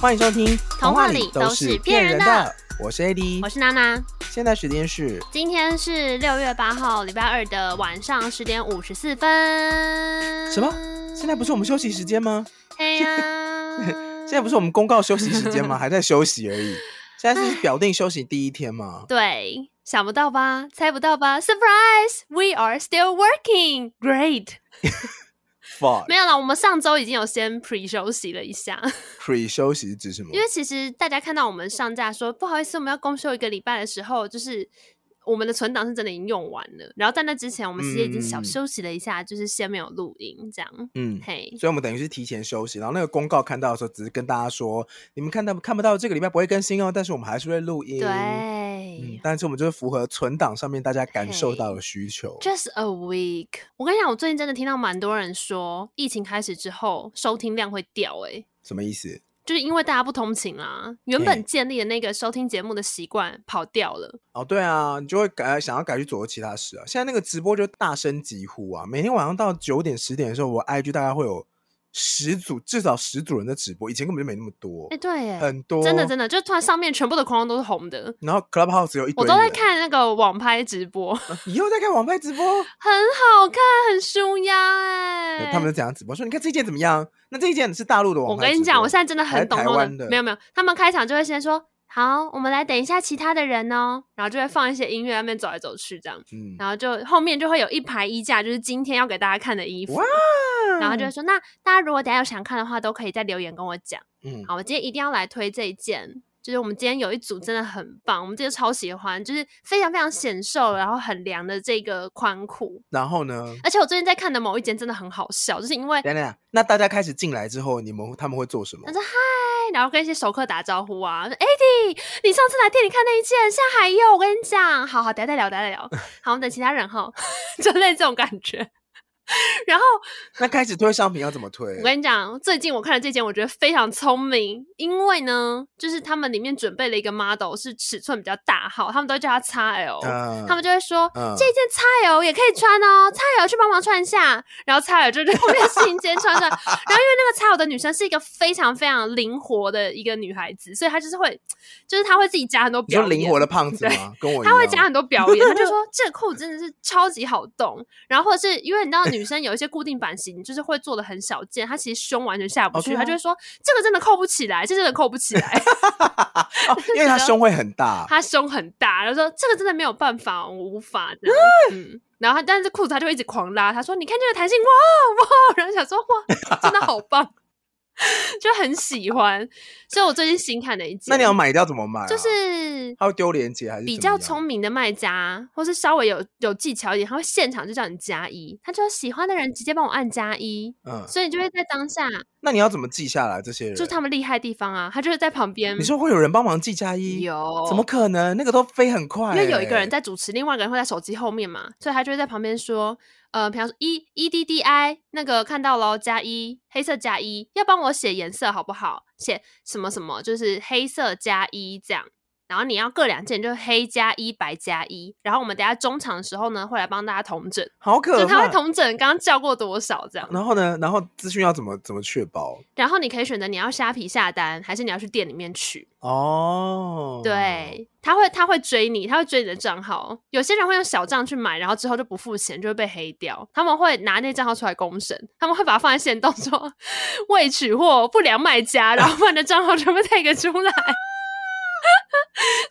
欢迎收听《童话里都是骗人的》，我是 AD，我是娜娜。现在时间是今天是六月八号，礼拜二的晚上十点五十四分。什么？现在不是我们休息时间吗？哎呀， 现在不是我们公告休息时间吗？ 还在休息而已。现在是表定休息第一天吗？对，想不到吧？猜不到吧？Surprise！We are still working. Great. Fuck 没有啦，我们上周已经有先 pre 休息了一下，嗯 pre 休息是指什么因？为其实大家看到我们上架说不好意思，我们要公休一个礼拜的时候，就是我们的存档是真的已经用完了。然后在那之前，我们其实已经小嗯休息了一下，就是先没有录音这样。嗯，嘿，所以我们等于是提前休息。然后那个公告看到的时候，只是跟大家说，你们看到看不到这个礼拜不会更新哦，但是我们还是会录音。嗯对、但是我们就是符合存档上面大家感受到的需求。 j u s t a week。我跟你讲，我最近真的听到蛮多人说，疫情开始之后收听量会掉、欸，什么意思？就是因为大家不通勤啦，原本嘿建立的那个收听节目的习惯跑掉了。哦，对啊，你就会改想要改去做其他事啊。现在那个直播就大声疾呼啊，每天晚上到九点十点的时候，我 IG 大概会有十组，至少十组人在直播，以前根本就没那么多，哎、对、欸，很多，真的真的。的，就突然上面全部的框都是红的，然后 Clubhouse 有一堆 我都在人，看那个网拍直播，很你又在看网拍直 播？好看，很舒压哎、对他们是怎样直播？说你看这一件怎么样？那这一件是大陆的网我拍直播。跟你讲，我现在真的还是很懂台他湾们的没有没有，他们开场就会先说好，我们来等一下其他的人哦，然后就会放一些音乐，在那边走来走去这样，嗯，然后就后面就会有一排衣架，就是今天要给大家看的衣服哇，哦然后就会说那大家如果等一下有想看的话，都可以在留言跟我讲。嗯，好，我今天一定要来推这一件，就是我们今天有一组真的很棒，我们这个超喜欢，就是非常非常显瘦，然后很凉的这个宽裤。然后呢？而且我最近在看的某一间真的很好笑，就是因为等等啊，那大家开始进来之后，你们他们会做什么他？说嗨，然后跟一些熟客打招呼啊，说 Adi，你上次来店里看那一件，现在还有，我跟你讲，好好，等一下再聊，等一下再聊，好，我们等其他人哈， 就类似这种感觉。然后那开始推商品要怎么推我？跟你讲，最近我看了这间，我觉得非常聪明，因为呢，就是他们里面准备了一个 model 是尺寸比较大号，他们都会叫它 XL，、嗯他们就会说、嗯这件 XL 也可以穿哦，XL 去帮忙穿一下，然后 XL 就在后面 新间穿上，然后因为那个 XL 的女生是一个非常非常灵活的一个女孩子，所以她就是会，就是她会自己加很多你说表演，灵活的胖子对吗？跟我一样。 他会加很多表演，他就 说这个裤子真的是超级好动，然后或者是因为你知道女生有一些固定版型，就是会做的很小件，她其实胸完全下不哦去，对啊她就会说这个真的扣不起来，这真的扣不 起来， 哦，因为他胸会很大她胸很大，然后说这个真的没有办法，我无法 这样，嗯。然后她，但是裤子她就一直狂拉，她说：“你看这个弹性，哇哇！”然后想说：“哇，真的 好棒，就很喜欢。”所以，我最近新看了一集，那你要买掉怎么买、啊？就是他会丢链接还是比怎么较样聪明的卖家，或是稍微有有技巧一点，他会现场就叫你加一，他就说喜欢的人直接帮我按加一，嗯，所以你就会在当下，那你要怎么记下来这些人？就是他们厉害的地方啊，他就是在旁边。你说会有人帮忙记加一？有怎么？可能？那个都飞很快、欸因为有一个哎人，在主持，另外一个人会在手机后面嘛，所以他就会在旁边说，呃，比方说一 E D D I 那个看到喽，加一黑色加一，要帮我写颜色好不好？写什么什么，就是黑色加一这样。然后你要各两件，就是黑加一、白加一。然后我们等一下中场的时候呢，会来帮大家统整。好可就他怕嗯会。同整刚刚叫过多少这样，然后呢？然后资讯要怎么怎么确保？然后你可以选择你要虾皮下单，还是你要去店里面取。哦，，对，他会他会追你，他会追你的账号。有些人会用小账去买，然后之后就不付钱，就会被黑掉。他们会拿那账号出来公审，他们会把它放在线动说未取货不良卖家，然后把你的账号全部 take 出来。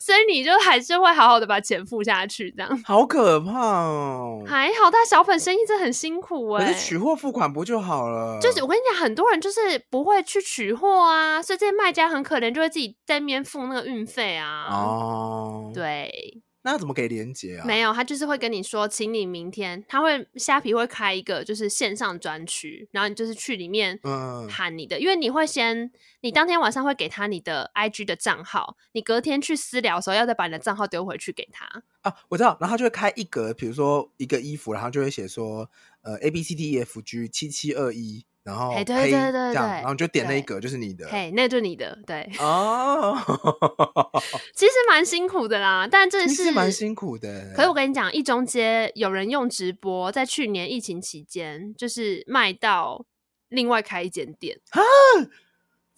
所以你就还是会好好的把钱付下去，这样好可怕哦。 还好。但小粉生意真的很辛苦可哎、是取货付款不就好了？就是我跟你讲，很多人就是不会去取货啊，所以这些卖家很可怜，就会自己在那边付那个运费啊。，哦，，对，那要怎么给连接啊？没有，他就是会跟你说，请你明天，他会虾皮会开一个就是线上专区，然后你就是去里面。嗯，喊你的，因为你会先，你当天晚上会给他你的 IG 的账号，你隔天去私聊的时候，要再把你的账号丢回去给他。啊，我知道，然后他就会开一格，比如说一个衣服，然后就会写说，呃，A B C D E F G 七七二一，然后哎黑对对对对这样，然后你就点那一对格就是你的嘿，那就是你的，对， 哦，其实蛮辛苦的啦，但这其是实蛮辛苦的。欸可是我跟你讲，一中街有人用直播，在去年疫情期间，就是卖到另外开一间店，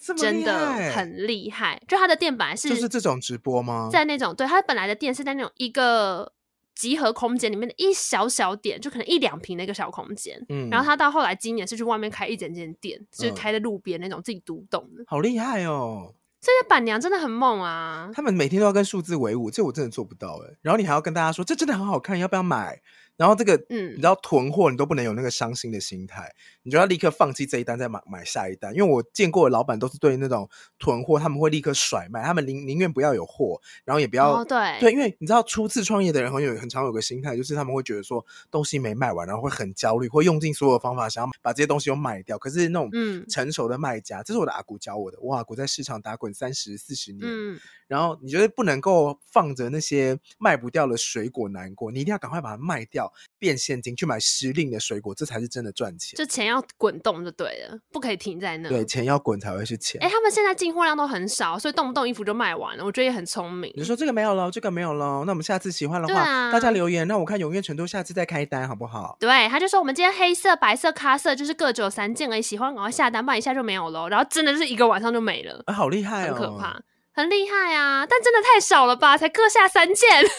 这么真厉的害很厉害。就他的店本来就是这种直播吗？在那种对它本来的店是在那种一个集合空间里面的一小小点，就可能一两平的一个小空间。嗯，然后他到后来今年是去外面开一整间店，就是嗯开在路边那种自己独栋的。好厉害哦，这些板娘真的很猛啊！他们每天都要跟数字为伍，这我真的做不到哎。然后你还要跟大家说这真的很好看，要不要买？然后这个你嗯知，道囤货，你都不能有那个伤心的心态，你就要立刻放弃这一单，再买买下一单。因为我见过的老板都是对那种囤货，他们会立刻甩卖，他们宁宁愿不要有货，然后也不要、哦对对，因为你知道初次创业的人很有很常有个心态，就是他们会觉得说东西没卖完，然后会很焦虑，会用尽所有方法想要把这些东西都卖掉。可是那种嗯成熟的卖家，这是我的阿姑教我的，我阿姑在市场打滚三十四十年，嗯，然后你就是不能够放着那些卖不掉的水果难过，你一定要赶快把它卖掉，变现金去买时令的水果，这才是真的赚钱。就钱要滚动就对了，不可以停在那。对，，钱要滚才会是钱。哎，他们现在进货量都很少，所以动不动衣服就卖完了，我觉得也很聪明。你说这个没有喽，这个没有喽，那我们下次喜欢的对话，啊大家留言，让我看踊跃程度，下次再开单好不好？对，他就说我们今天黑色、白色、咖色就是各只有三件而已，喜欢赶快下单，不然一下就没有了。然后真的就是一个晚上就没了。啊，好厉害哦！很可怕，很厉害啊！但真的太少了吧，才各下三件。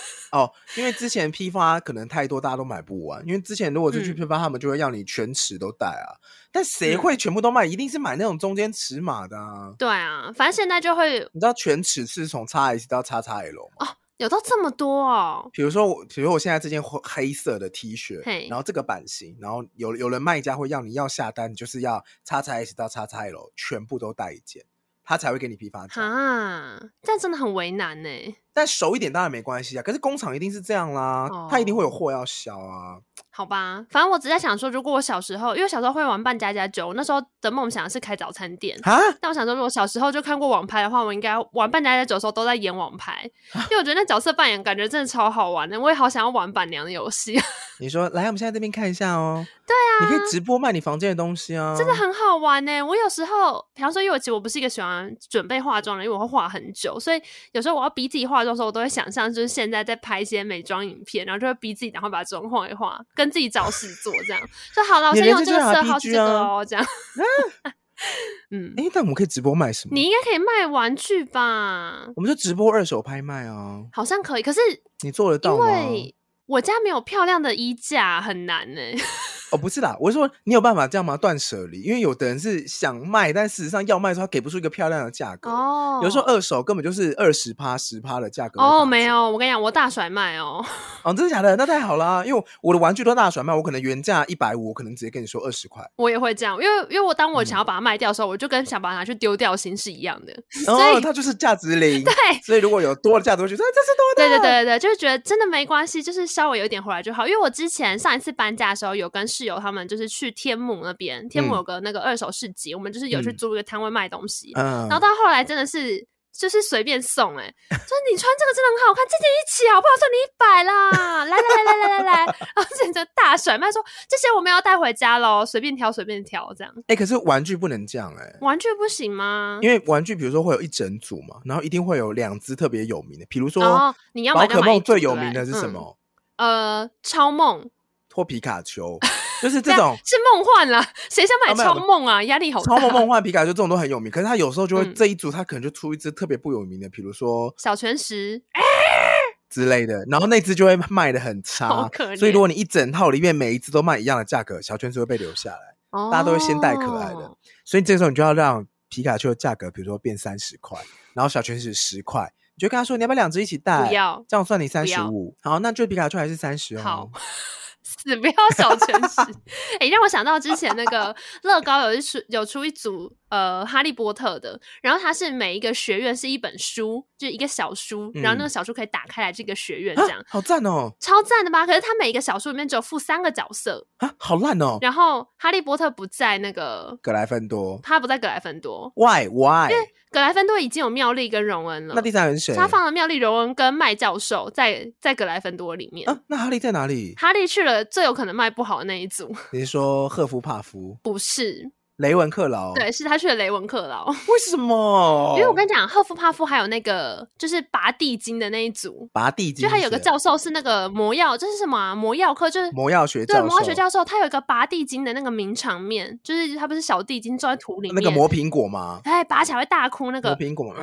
哦，因为之前批发可能太多，大家都买不完。因为之前如果是去嗯批发，他们就会让你全尺都带啊，但谁嗯会全部都卖？一定是买那种中间尺码的啊。对啊，反正现在就会你知道全尺是从 x S 到 x x L 吗？有到这么多哦。比如说我，比如我现在这件灰黑色的 T 恤嘿，然后这个版型，然后有有人卖家会要你要下单，你就是要叉叉 S 到叉叉 L 全部都带一件，他才会给你批发价。哈，这样真的很为难呢、但熟一点当然没关系啊，可是工厂一定是这样啦，他一定哦会有货要销啊。好吧，反正我只在想说，如果我小时候，因为小时候会玩扮家家酒，我那时候的梦想是开早餐店。啊，但我想说，如果小时候就看过网拍的话，我应该玩扮家家酒的时候都在演网拍，因为我觉得那角色扮演感觉真的超好玩的，我也好想要玩板娘的游戏，你说来，我们现在这边看一下哦。对啊，你可以直播卖你房间的东西啊，真的很好玩呢、我有时候，比方说，因为我其实我不是一个喜欢准备化妆的人，因为我会化很久，所以有时候我要逼自己化妆的时候，我都会想象就是现在在拍一些美妆影片，然后就会逼自己，然后把妆画一画，跟自己找事做，这样说好了，我你先人用这生就是个色号 RPG 去这个啊哦，这样。 嗯，哎，但我们可以直播卖什么？你应该可以卖玩具吧？我们就直播二手拍卖啊，好像可以，可是你做得因到吗？为我家没有漂亮的衣架，很难呢、欸 哦，不是啦，我是说你有办法这样吗？断舍离，因为有的人是想卖，但事实上要卖的时候，他给不出一个漂亮的价格。哦，有时候二手根本就是二十趴、十趴的价格在打折。哦，没有，我跟你讲，我大甩卖哦。哦，真的假的？那太好啦，因为我的玩具都大甩卖，我可能原价一百五，我可能直接跟你说二十块。我也会这样，因为因为我当我嗯想要把它卖掉的时候，我就跟想把它拿去丢掉的心是一样的。 所哦，以它就是价值零。对所以如果有多的价值，我就觉得、哎这对是多对的。对。对对，就是觉得真的没关系，就是稍微有一点回来就好。因为我之前上一次搬家的时候，有跟室友他们就是去天母那边，天嗯母有个那个二手市集，我们就是有去嗯租一个摊位卖东西，嗯然后到后来真的是。就是随便送哎、欸，就是你穿这个真的很好看，这件一起啊好不好？算你一百啦！来来来来来来来，然后简直大甩卖说这些我们要带回家喽，随便挑随便挑这样。哎、可是玩具不能这样哎、玩具不行吗？因为玩具，比如说会有一整组嘛，然后一定会有两只特别有名的，比如说、哦你要买宝就可买一梦组最对有不对名的是什嗯么？呃，超梦或皮卡 丘，就是这这样种是梦幻啦，谁想买啊没超有梦啊？压力好大。超梦梦幻皮卡丘这种都很有名，可是他有时候就会、嗯这一组他可能就出一只特别不有名的，比如说小全石，之类的，然后那只就会卖的很好差。可怜。啊所以如果你一整套里面每一只都卖一样的价格，小圈子会被留下来。大家都会先带可爱的哦，所以这时候你就要让皮卡丘的价格，比如说变三十块，然后小圈子十块，你就跟他说你要不要两只一起带？不要这样算你三十要五。好，那就皮卡丘还是三十哦。好， 死不要小全 石。哎、让我想到之前那个乐高有一出有出一组呃哈利波特的，然后它是每一个学院是一本书，就是一个小书，然后嗯那个小书可以打开来这个学院啊这样。好赞哦！超赞的吧？可是它每一个小书里面只有附三个角色，啊，好烂哦！然后哈利波特不在那个格莱芬多他不在格莱芬多， ，why why？格莱芬多已经有妙丽跟荣恩了。那第三人是谁？他放了妙丽、荣恩跟麦教授在在格莱芬多里面。啊，那哈利在哪里？哦哈利去了最有可能卖不好的那一组，你是说赫夫帕夫？不是雷文克劳，对，，是他去了雷文克劳，为什么？因为我跟你讲，赫夫帕夫还有那个就是拔地精的那一组，拔地精就是谁，他有个教授是那个魔药，这是什么、啊、魔药课？就是魔药学教对授，魔药学教授，他有一个拔地精的那个名场面，就是他不是小地精坐在土里面，那个磨苹果吗？哎拔起来会大哭那磨个。苹果吗，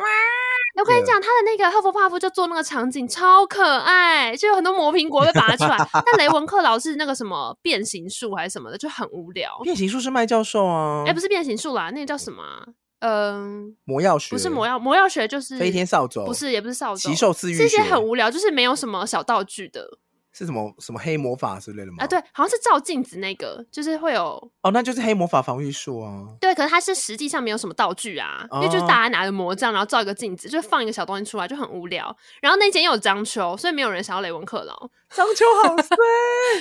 我跟你对啊讲，他的那个赫夫帕夫就做那个场景超可爱，就有很多磨苹果被拔 出来。但雷文克劳是那个什么变形术还是什么的，就很无聊。变形术是麦教授啊，哎、不是变形术啦，那个叫什么啊、嗯、魔药学，不是魔药，魔药学就是飞天扫帚，不是也不是扫帚奇兽自愈是一些学很无聊，就是没有什么小道具的是什么什么黑魔法之类的吗？啊。对，，好像是照镜子那个，就是会有哦，那就是黑魔法防御术啊。对，可是它是实际上没有什么道具啊，因哦为就是大家拿着魔杖，然后照一个镜子，就放一个小东西出来，就很无聊。然后那间又有章丘，所以没有人想要雷文克劳，张秋 好帅，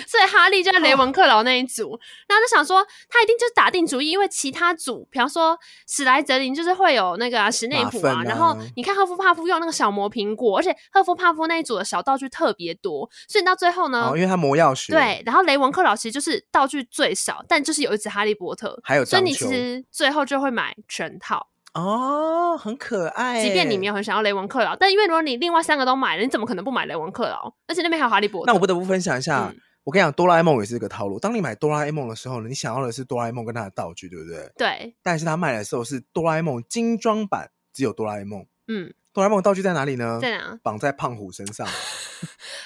所以哈利就在雷文克劳那一组。然后就想说，他一定就是打定主意，因为其他组，比方说史莱哲林，就是会有那个、啊、史内马普粪啊啊然后你看赫夫帕夫用那个小磨苹果，而且赫夫帕夫那一组的小道具特别多，所以到最后呢哦，因，为他魔药学，，对，然后雷文克劳其实就是道具最少，但就是有一只哈利波特，还有所以章你其丘实最后就会买全套，哦，很可爱欸。即便你没有很想要雷文克劳，但因为如果你另外三个都买了，你怎么可能不买雷文克劳？而且那边还有哈利波特。那我不得不分享一下嗯，我跟你讲，哆啦 A 梦也是一个套路。当你买哆啦 A 梦的时候呢，你想要的是哆啦 A 梦跟它的道具，对不对？对，但是他卖的时候是哆啦 A 梦精装版，只有哆啦 A 梦。嗯，哆啦 A 梦道具在哪里呢？在哪绑在胖虎身 上。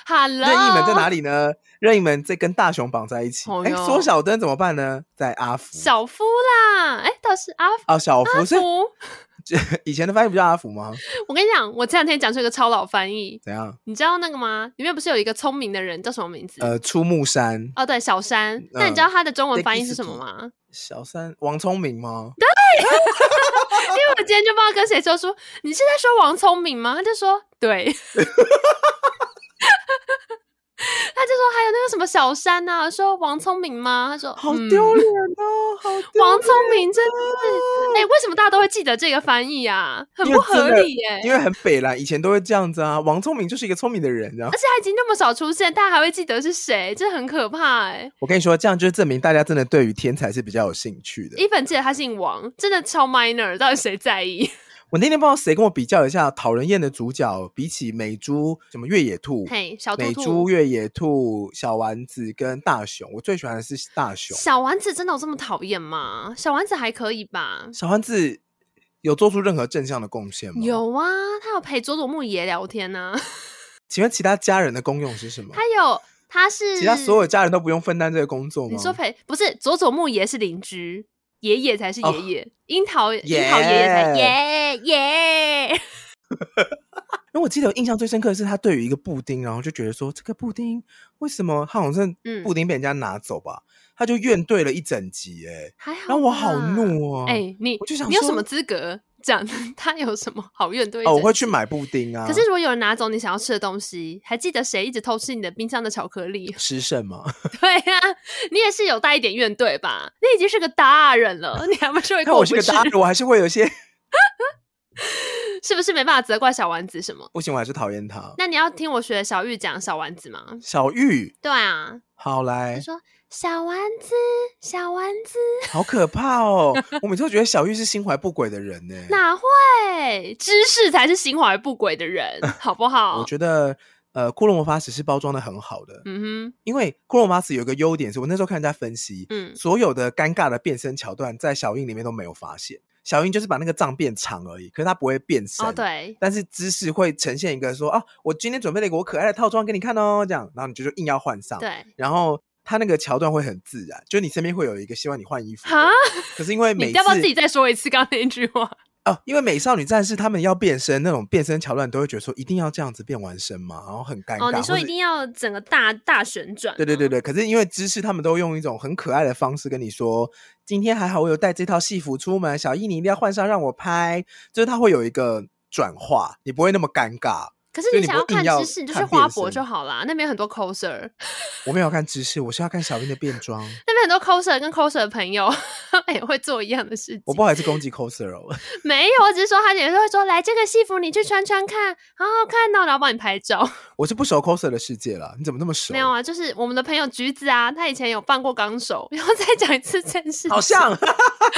？Hello，任意门在哪里呢？任意门在跟大雄绑在一起。哦哎、哟缩小灯怎么办呢？在阿福。小夫啦，哎，倒是阿福。啊，小福是福以前的翻译不叫阿福吗？我跟你讲，我前两天讲出一个超老翻译，怎样？你知道那个吗？里面不是有一个聪明的人叫什么名字？呃，嗯出木山哦，对，小山。那你知道他的中文翻译是什么吗？小山王聪明吗？因为我今天就不知道跟谁说说，你是在说王聪明吗？他就说对， 他就说还有那个什么小山呐、啊，说王聪明吗？他说好嗯丢脸哦，好丢脸王聪明真哦是，哎、为什么大家都会记得这个翻译啊？很因不为合真的理耶、因为很北啦，以前都会这样子啊。王聪明就是一个聪明的人，然后而且他已经那么少出现，大家还会记得是谁，这很可怕哎、我跟你说，这样就是证明大家真的对于天才是比较有兴趣的。一本记得他姓王，真的超 minor，到底谁在意？ 我那天不知道谁跟我比较一下，讨人厌的主角比起美猪什么越野兔，嘿，小兔美兔猪、，越野兔、小丸子跟大熊，我最喜欢的是大熊。小丸子真的有这么讨厌吗？小丸子还可以吧？小丸子有做出任何正向的贡献吗？。有啊，他有陪佐佐木爷聊天呢、请问其他家人的功用是什么 他？有，他是其他所有家人都不用分担这个工作吗？你说陪不是佐佐木爷是邻居，爷爷才是哦爷爷，樱桃樱桃爷爷才爷爷。因为我记得我印象最深刻的是他对于一个布丁，然后就觉得说这个布丁为什么他好像嗯布丁被人家拿走吧，他就怨对了一整集哎、还好，然后我好。怒哦、哎、你我就想你有说什么资格讲 他有什么好怨对？哦，我会去。买布丁啊。？可是如果有人拿走你想要吃的东西，还记得谁一直偷吃你的冰箱的巧克力 失胜嘛，对呀、啊，你也是有带一点怨对吧？你已经是个大人了， 你还不是会看过 我不是去个？大人，我还是会有一些是不是没办法责怪小丸子什么？不行，我还是讨厌他。那你要听我学小玉讲小丸子吗？小玉，对啊，好他来，说小丸子，小丸子好可怕 哦！我每次都觉得小玉是心怀不轨的人呢、哪会？知识才是心怀不轨 的人，好不好？我觉得，呃，骷髅魔法使是包装的很好的，嗯因为骷髅魔法使有个优点是，我那时候看人家分析，哼，嗯，所有的尴尬的变身桥段在小樱里面都没有发现。小樱就是把那个杖变长而已，可是她不会变身。哦，。对，但是姿势会呈现一个说啊，我今天准备了一个我可爱的套装给你看哦，这样，然后你就就硬要换上。对，然后他那个桥段会很自然，就你身边会有一个希望你换衣服的。哈，可是因为你哎每次要不要自己再说一次刚刚那句话？哦，因为美少女战士他们要变身那种变身桥段，都会觉得说一定要这样子变完身嘛，然后很尴尬。哦，你说或一者定要整个大大旋转？对对对，对，可是因为知识，他们都用一种很可爱的方式跟你说，今天还好我有带这套戏服出门，小易你一定要换上让我拍，就是他会有一个转化，你不会那么尴尬。可是就你你想不要硬看要知识，你就去看花变博身就好啦。那边很多 coser，我没有看知识，我是要看小兵的变装。那边很多 coser 跟 coser 的朋友， 他们也会做一样的事情。我不好意思攻击 coser 哦， 没有，我只是说他有时候会说，来这个戏服你去穿穿看，好好看哦，然后帮你拍照。我是不熟 coser 的世界了。你怎么那么熟？没有啊，就是我们的朋友橘子啊，他以前有扮过纲手， 然后再讲一次这件事，好像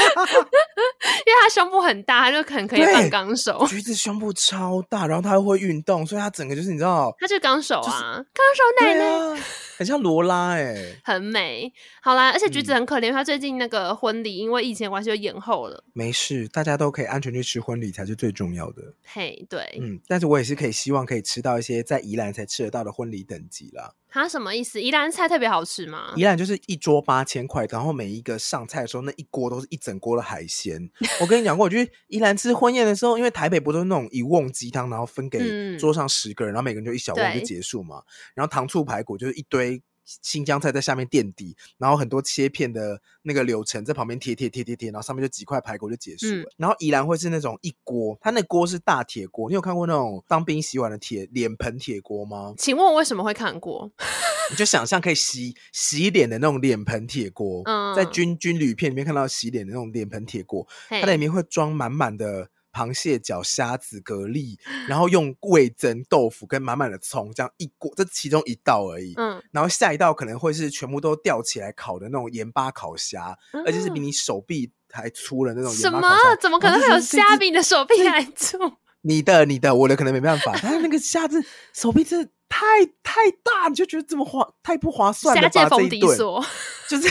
因为他胸部很大，他就很可以扮对纲手，橘子胸部超大，然后他又会运动，所以他整个就是你知道，他就是纲手就是啊，纲手 奶对奶。啊，很像罗拉哎、很美，好啦，而且橘子嗯很可怜，他最近那个婚礼因为疫情的关系就延后了。没事，大家都可以安全去吃婚礼才是最重要的。嘿，对，嗯，但是我也是可以希望可以吃到一些在宜兰才吃得到的婚礼等级啦。他什么意思？宜兰菜特别好吃吗？宜兰就是一桌八千块，然后每一个上菜的时候，那一锅都是一整锅的海鲜。我跟你讲过，我去宜兰吃婚宴的时候，因为台北不都是那种一瓮鸡汤，然后分给嗯桌上十个人，然后每个人就一小瓮就对结束嘛。然后糖醋排骨就是一堆新疆菜在下面垫底，然后很多切片的那个柳橙在旁边贴贴贴贴贴，然后上面就几块排骨就结束嗯了。然后宜兰会是那种一锅，它那锅是大铁锅，你有看过那种当兵洗碗的铁脸盆铁锅吗？请问我为什么会看过？你就想象可以洗洗脸的那种脸盆铁锅，在嗯军军旅片里面看到洗脸的那种脸盆铁锅，嘿它，里面会装满满的螃蟹脚、虾子、蛤蜊，然后用味增、豆腐跟满满的葱，这样一锅，这其中一道而已。嗯，然后下一道可能会是全部都吊起来烤的那种盐巴烤虾，而且是比你手臂还粗的那种嗯什盐巴么烤虾。？怎么可我能哦就会有觉得这虾只比你的手臂这还粗？你的、你的、我的可能没办法，但是那个虾子手臂真的太太大，你就觉得这么划太不划 算虾了界吧？这逢一敌顿所，就是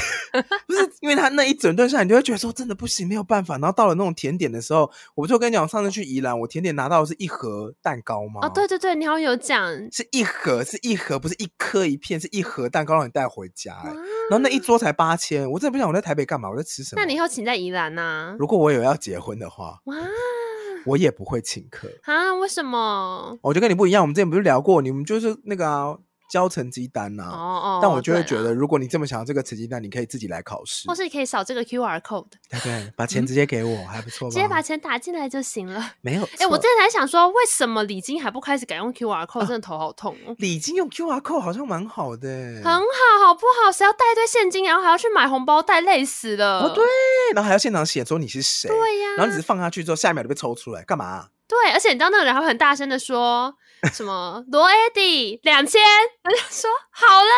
不是因为他那一整顿下来，你就会觉得说真的不行，没有办法。然后到了那种甜点的时候，我不就跟你讲，我上次去宜兰，我甜点拿到的是一盒蛋糕吗？哦，对，对对，你好像有讲。是一盒，是一盒，不是一颗一片，是一盒蛋糕让你带回家、欸哇然后那一桌才八千，我真的不想我在台北干嘛，我在吃什么？那你以后请在宜兰呐、如果我有要结婚的话，哇我也不会请客。哦啊，为什么？我就跟你不一样，我们之前不是聊过，你们就是那个啊，交成绩单呐、哦嗯哦，但我就会对觉啦，得，如果你这么想要这个成绩单，你可以自己来考试或，是你可以扫这个 QR code，对不对？把钱直接给我，还不错吧？直接把钱打进来就行了。没有。哎、我之前还想说，为什么礼金还不开始改用 QR 啊 code？、真的头好痛哦。礼金用 QR code 好像蛮好的欸、很好，好不好？谁要带一堆现金，然后还要去买红包袋，累死了。哦，对，然后还要现场写说你是谁，对啊呀、然后你只是放下去之后，下一秒就被抽出来，干嘛啊、对，而且你知道那个人还会很大声的说什么罗 AD 两千，我就说好了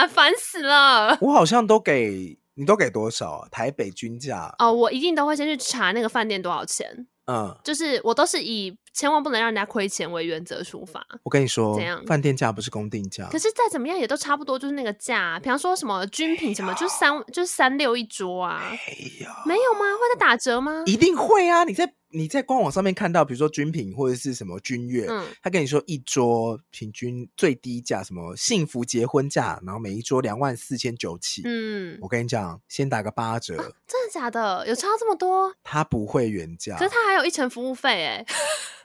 啦，烦死了。我好像都给你都给多少啊？台北均价，哦，我一定都会先去查那个饭店多少钱，嗯，就是我都是以千万不能让人家亏钱为原则出发。我跟你说怎样，饭店价不是公定价可，是再怎么样也都差不多，就是那个价啊、比方说什么军品什么，就是三就是三六一桌啊，哎呀，没有吗？会在打折吗？一定会啊！你在你在官网上面看到，比如说军品或者是什么军乐，嗯，他跟你说一桌平均最低价什么幸福结婚价，然后每一桌两万四千九起。嗯，我跟你讲，先打个八折， 啊真的假的？有差这么多？它不会原价。可是它还有一层服务费哎、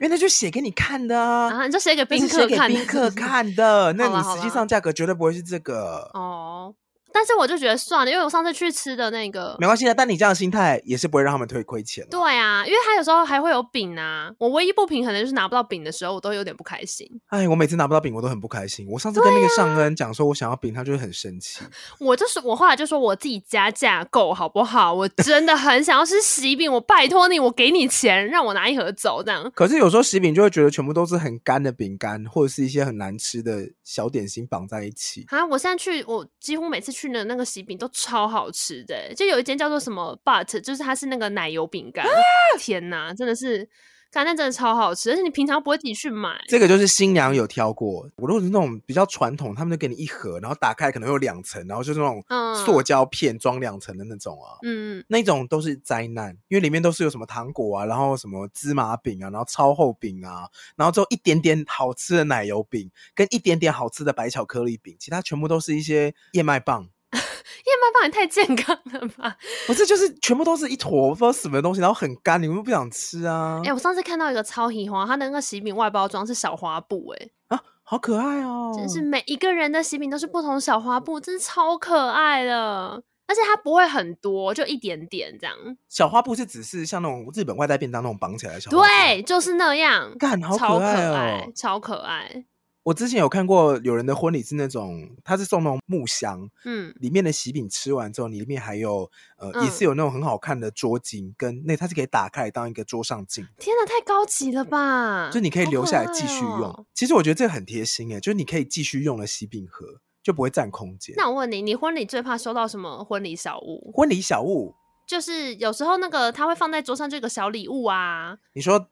因为那就写给你看的啊，啊，你就写给那是宾客写给看，宾客。看的。那好啦你好实际啦上价格绝对不会是这个， 哦，但是我就觉得算了，因为我上次去吃的那个没，关系的。但你这样的心态也是不会让他们退亏钱的。对啊，因为它有时候还会有饼啊。我唯一不平衡的就是拿不到饼的时候，我都有点不开心。哎，我每次拿不到饼，我都很不开心。我上次跟那个尚恩讲说，我想要饼，他就会很生气。我就是我后来就说我自己加价购好不好？我真的很想要吃喜饼，我拜托你，我给你钱，让我拿一盒走这样。可是有时候食饼就会觉得全部都是很干的饼干，或者是一些很难吃的小点心绑在一起。啊！我现在去，我几乎每次去的那个喜饼都超好吃的欸、就有一间叫做什么 But，就是它是那个奶油饼干。啊天哪，真的是，干那真的超好吃，而且你平常不会自己去买。这个就是新娘有挑过，我如果是那种比较传统，他们就给你一盒，然后打开可能有两层，然后就是那种嗯塑胶片装两层的那种啊。嗯，那种都是灾难，因为里面都是有什么糖果啊，然后什么芝麻饼啊，然后超厚饼啊，然后之后一点点好吃的奶油饼，跟一点点好吃的白巧克力饼，其他全部都是一些燕麦棒，燕麦棒也太健康了吧！不是就是全部都是一坨不知道什么东西，然后很干，你们又不想吃啊哎、？我上次看到一个超喜欢，它的那个喜饼外包装是小花布、欸，啊，好可爱哦！真是每一个人的喜饼都是不同小花布，真是超可爱的。而且它不会很多，就一点点这样。小花布是只是像那种日本外带便当那种绑起来的小花布，对，就是那样，干好超可可爱哦爱，超可爱。我之前有看过有人的婚礼是那种，他是送那种木箱，嗯，里面的喜饼吃完之后，你里面还有呃，也是嗯有那种很好看的桌巾，跟那它是可以打开来当一个桌上镜，天哪，太高级了吧！就你可以啊好留可下来爱继续用。哦其实我觉得这个很贴心诶、就是你可以继续用了喜饼盒，就不会占空间。那我问你，你婚礼最怕收到什么婚礼小物？婚礼小物，就是有时候那个他会放在桌上，就有个小礼物啊。你说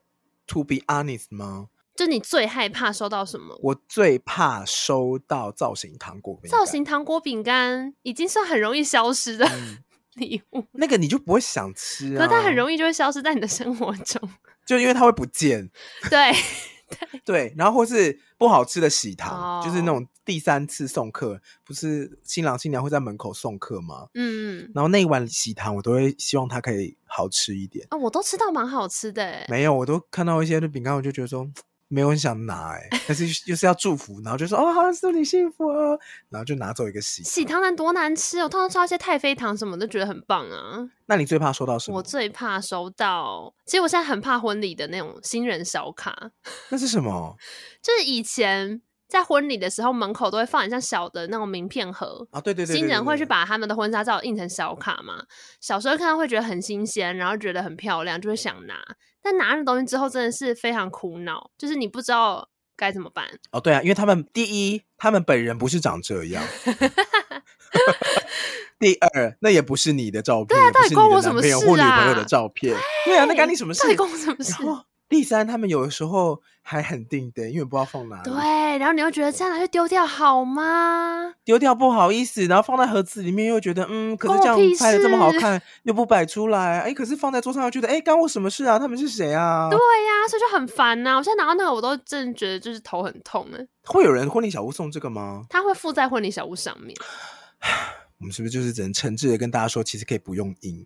to be honest 吗？就你最害怕收到什么？我最怕收到造型糖果饼干造。型糖果饼干已经算很容易消失的嗯 礼物，那个你就不会想吃、啊，可它很易，容易就会消失在你的生活中。 就因为它会不见，对，对，然后或是不好吃的喜糖，就是那哦种第三次送客，不是新郎新娘会在门口送客吗？嗯，然后那一碗喜糖，我都会希望它可以好吃一点。啊、我都吃到蛮好吃的欸，没有，我都看到一些的饼干，我就觉得说没有很想拿、欸，但是又是要祝福，然后就说哦，好，祝你幸福哦，然后就拿走一个喜喜糖。糖蛋多难吃哦！我通常吃到一些太妃糖什么的，觉得很棒啊。那你最怕收到什么我？最怕收到，其实我现在很怕婚礼的那种新人小卡，那是什么？就是以前在婚礼的时候，门口都会放很像小的那种名片盒，啊，对对对，新对人会去。对对把他们的婚纱照印成小卡嘛。小时候看到会觉得很新鲜，然后觉得很漂亮，就会想拿。但拿了东西之后，真的是非常苦恼，就是你不知道该怎么办。哦，对啊，因为他们第一，他们本人不是长这 样；第二，那也不是你的照片，对啊啊到底关我什么或事女朋友啊的照片，对啊，那干你什么事到？底关我什么事然？后第三，他们有的时候还很定的，因为不知道放哪里，对，然后你又觉得这样拿去丢掉好吗？丢掉不好意思，然后放在盒子里面又觉得，嗯，可是这关我样屁拍的这么好事看，又不摆出来，哎，可是放在桌上又觉得，哎，干我什么事啊？他们是谁啊？对呀、所以就很烦呐、我现在拿到那个，我都真的觉得就是头很痛哎。会有人婚礼小屋送这个吗？它会附在婚礼小屋上面。我们是不是就是只能诚挚的跟大家说，其实可以不用印？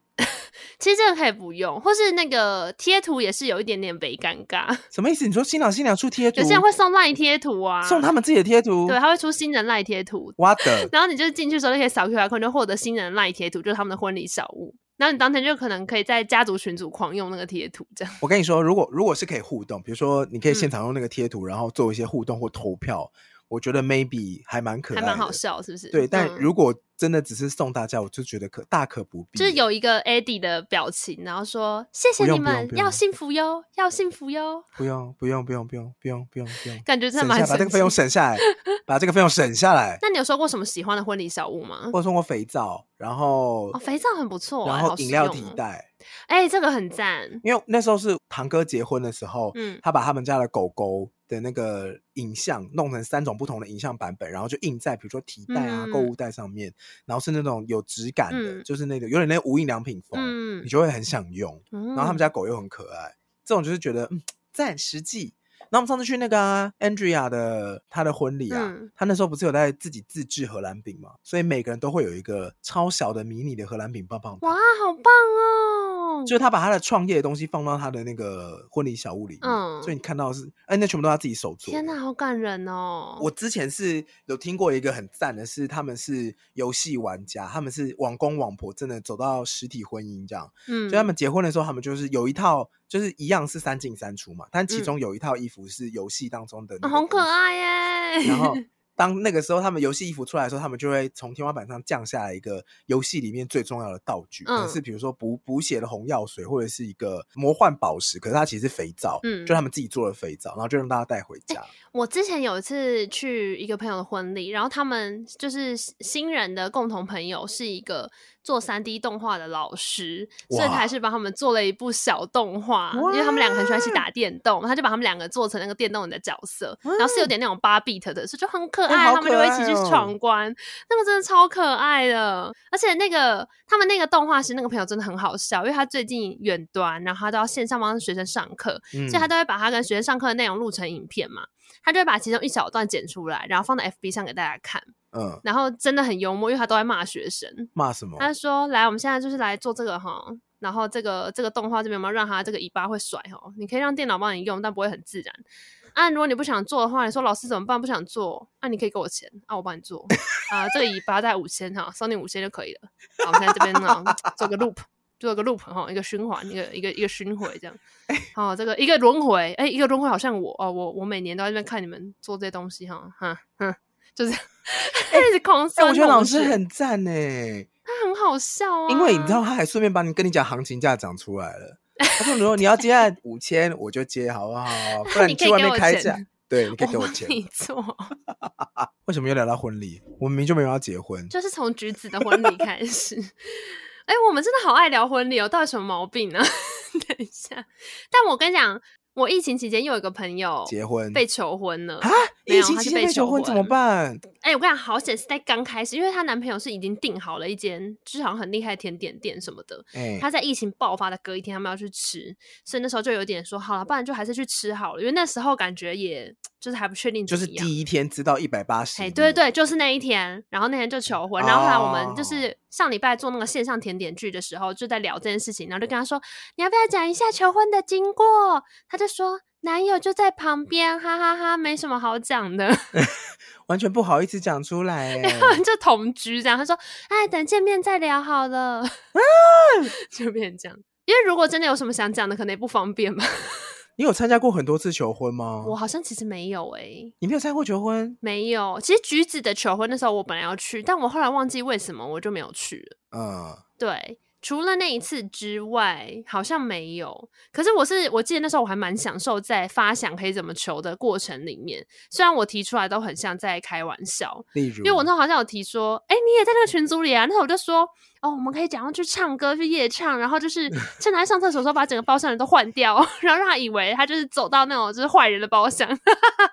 其实这个可以不用，或是那个贴图也是有一点点被尴尬。什么意思？你说新郎新娘出贴图，有些人会送赖贴图啊，送他们自己的贴图，对，他啊会出新人赖贴图，我的然后你就是进去的时候就可以扫 QR code 就获得新人赖贴图，就是他们的婚礼小物。然后你当天就可能可以在家族群组狂用那个贴图，这样我跟你说，如果如果是可以互动，比如说你可以现嗯场用那个贴图，然后做一些互动或投票，我觉得 maybe 还蛮可爱还的，蛮好笑，是不是？对，但嗯如果真的只是送大家，我就觉得可大可不必。就是有一个 Eddie 的表情，然后说谢谢不你用不用们不，用要幸福哟，要幸福哟，不用不用不用不用不用不用不 用，感觉真的省蛮下把这神个费用奇省 下来，把这个费用省下来。那你有收过什么喜欢的婚礼小物吗？或者送我肥皂，然后、哦，肥皂很不错、哎然好后实饮料用提哦袋，哎、这个很赞。因为那时候是堂哥结婚的时候，嗯他把他们家的狗狗的那个影像弄成三种不同的影像版本，然后就印在比如说提袋啊、购嗯物袋上面，然后是那种有质感的，嗯就是那个有点那个无印良品风，嗯你，就会很想用。然然后他们家狗又很可爱，这种就是觉得嗯赞实际。然后我们上次去那个、啊、Andrea 的她的婚礼啊嗯，她、那时候不是有在自己自制荷兰饼嘛，所以每个人都会有一个超小的迷你的荷兰饼棒棒糖哇，，好棒哦！就是她把她的创业的东西放到她的那个婚礼小物里面，嗯所以你看到的是哎、那全部都她自己手做。天哪，！好感人哦！我之前是有听过一个很赞的是，他们是游戏玩家，他们是网公网婆，真的走到实体婚姻这样。嗯，所以他们结婚的时候，他们就是有一套，就是一样是三进三出嘛，但其嗯中有一套衣服是游戏当中的那啊个衣服、好可爱耶！然 后当那个时候他们游戏衣服出来的时候，他们就会从天花板上降下来一个游戏里面最重要的道具，可能嗯是比如说补补血的红药水，或者是一个魔幻宝石，可是它其实是肥皂，嗯哎就他们自己做的肥皂，然后就让大家带回家。我之前有一次去一个朋友的婚礼，然后他们就是新人的共同朋友是一个做三 D 动画的老师，哇所以他还是帮他们做了一部小动画，因为他们两个很喜欢一起打电动，他就把他们两个做成那个电动人的角色，然后是有点那种八 bit 的，所以就很可爱，嗯哎好他们就会一起去可爱哦闯关，那个真的超可爱的，而且那个他们那个动画师那个朋友真的很好笑，因为他最近远端，然后他都要线上帮学生上课，嗯，所以他都会把他跟学生上课的内容录成影片嘛，他就会把其中一小段剪出来，然后放在 FB 上给大家看，嗯然后真的很幽默，因为他都在骂学生，骂什么？他就说：“来，我们现在就是来做这个哈，然哦后这个这个动画这边有没有让他这个尾巴会甩哈？你可以让电脑帮你用，但不会很自然。”啊，如果你不想做的话，你说老师怎么办？不想做，那、你可以给我钱，啊，我帮你做。啊，这个尾巴在五千哈，送你五千就可以了。好，我们在这边呢做个 loop，做个 loop 哈，一个循环，一个一个一个巡回这样。哎好，这个一个轮回，哎、一个轮回好像我哦，我我每年都在那边看你们做这些东西哈，哈哼，就是 一直狂哎、酸我觉得老同师学很赞呢、他很好笑啊，因为你知道，他还顺便帮你跟你讲行情价讲出来了。他说：“如果你要接案五千，我就接，好不好？ 不然你可以去外给面我开钱价，对，你可以给我帮钱。 你做。为什么又聊到婚礼？我们明明就没有要结婚，就是从橘子的婚礼开始。 哎、我们真的好爱聊婚礼哦，到底什么毛病呢、 等一下，但我跟你讲，我疫情期间又有一个朋友结婚被求婚了啊。！没疫有情他期是间被被求求婚怎么婚办？哎、我跟你讲，好险是在刚开始，因为她男朋友是已经订好了一间，就是好像很厉害的甜点店什么的。哎、她在疫情爆发的隔一天，他们要去吃，所以那时候就有点说，好了，不然就还是去吃好了，因为那时候感觉也就是还不确定就怎么是样。第一天知道一百八十，哎，对对，就是那一天，然后那天就求婚，然后后来我们就是上礼拜做那个线上甜点剧的时候，就在聊这件事情，然后就跟他说，你要不要讲一下求婚的经过？他就说男友就在旁边，哈哈哈没什么好讲的， 完全不好意思讲出来、哎就同居这样。他说，哎，等见面再聊好了， 就变成这样。因为如果真的有什么想讲的，可能也不方便吧。你有参加过很多次求婚吗？ 我好像其实没有诶、你没有参加过求婚？没有。其实橘子的求婚那时候我本来要去，但我后来忘记为什么我就没有去了。嗯，对，除了那一次之外，好像没有。可是我是我记得那时候我还蛮享受在发想可以怎么求的过程里面，虽然我提出来都很像在开玩笑，例如，因为我那时候好像有提说，哎、你也在那个群组里啊？那时候我就说，哦，我们可以讲要去唱歌，去夜唱，然后就是 趁他在上厕所的时候，把整个包厢人都换掉， 然后让他以为他就是走到那种就是坏人的包厢，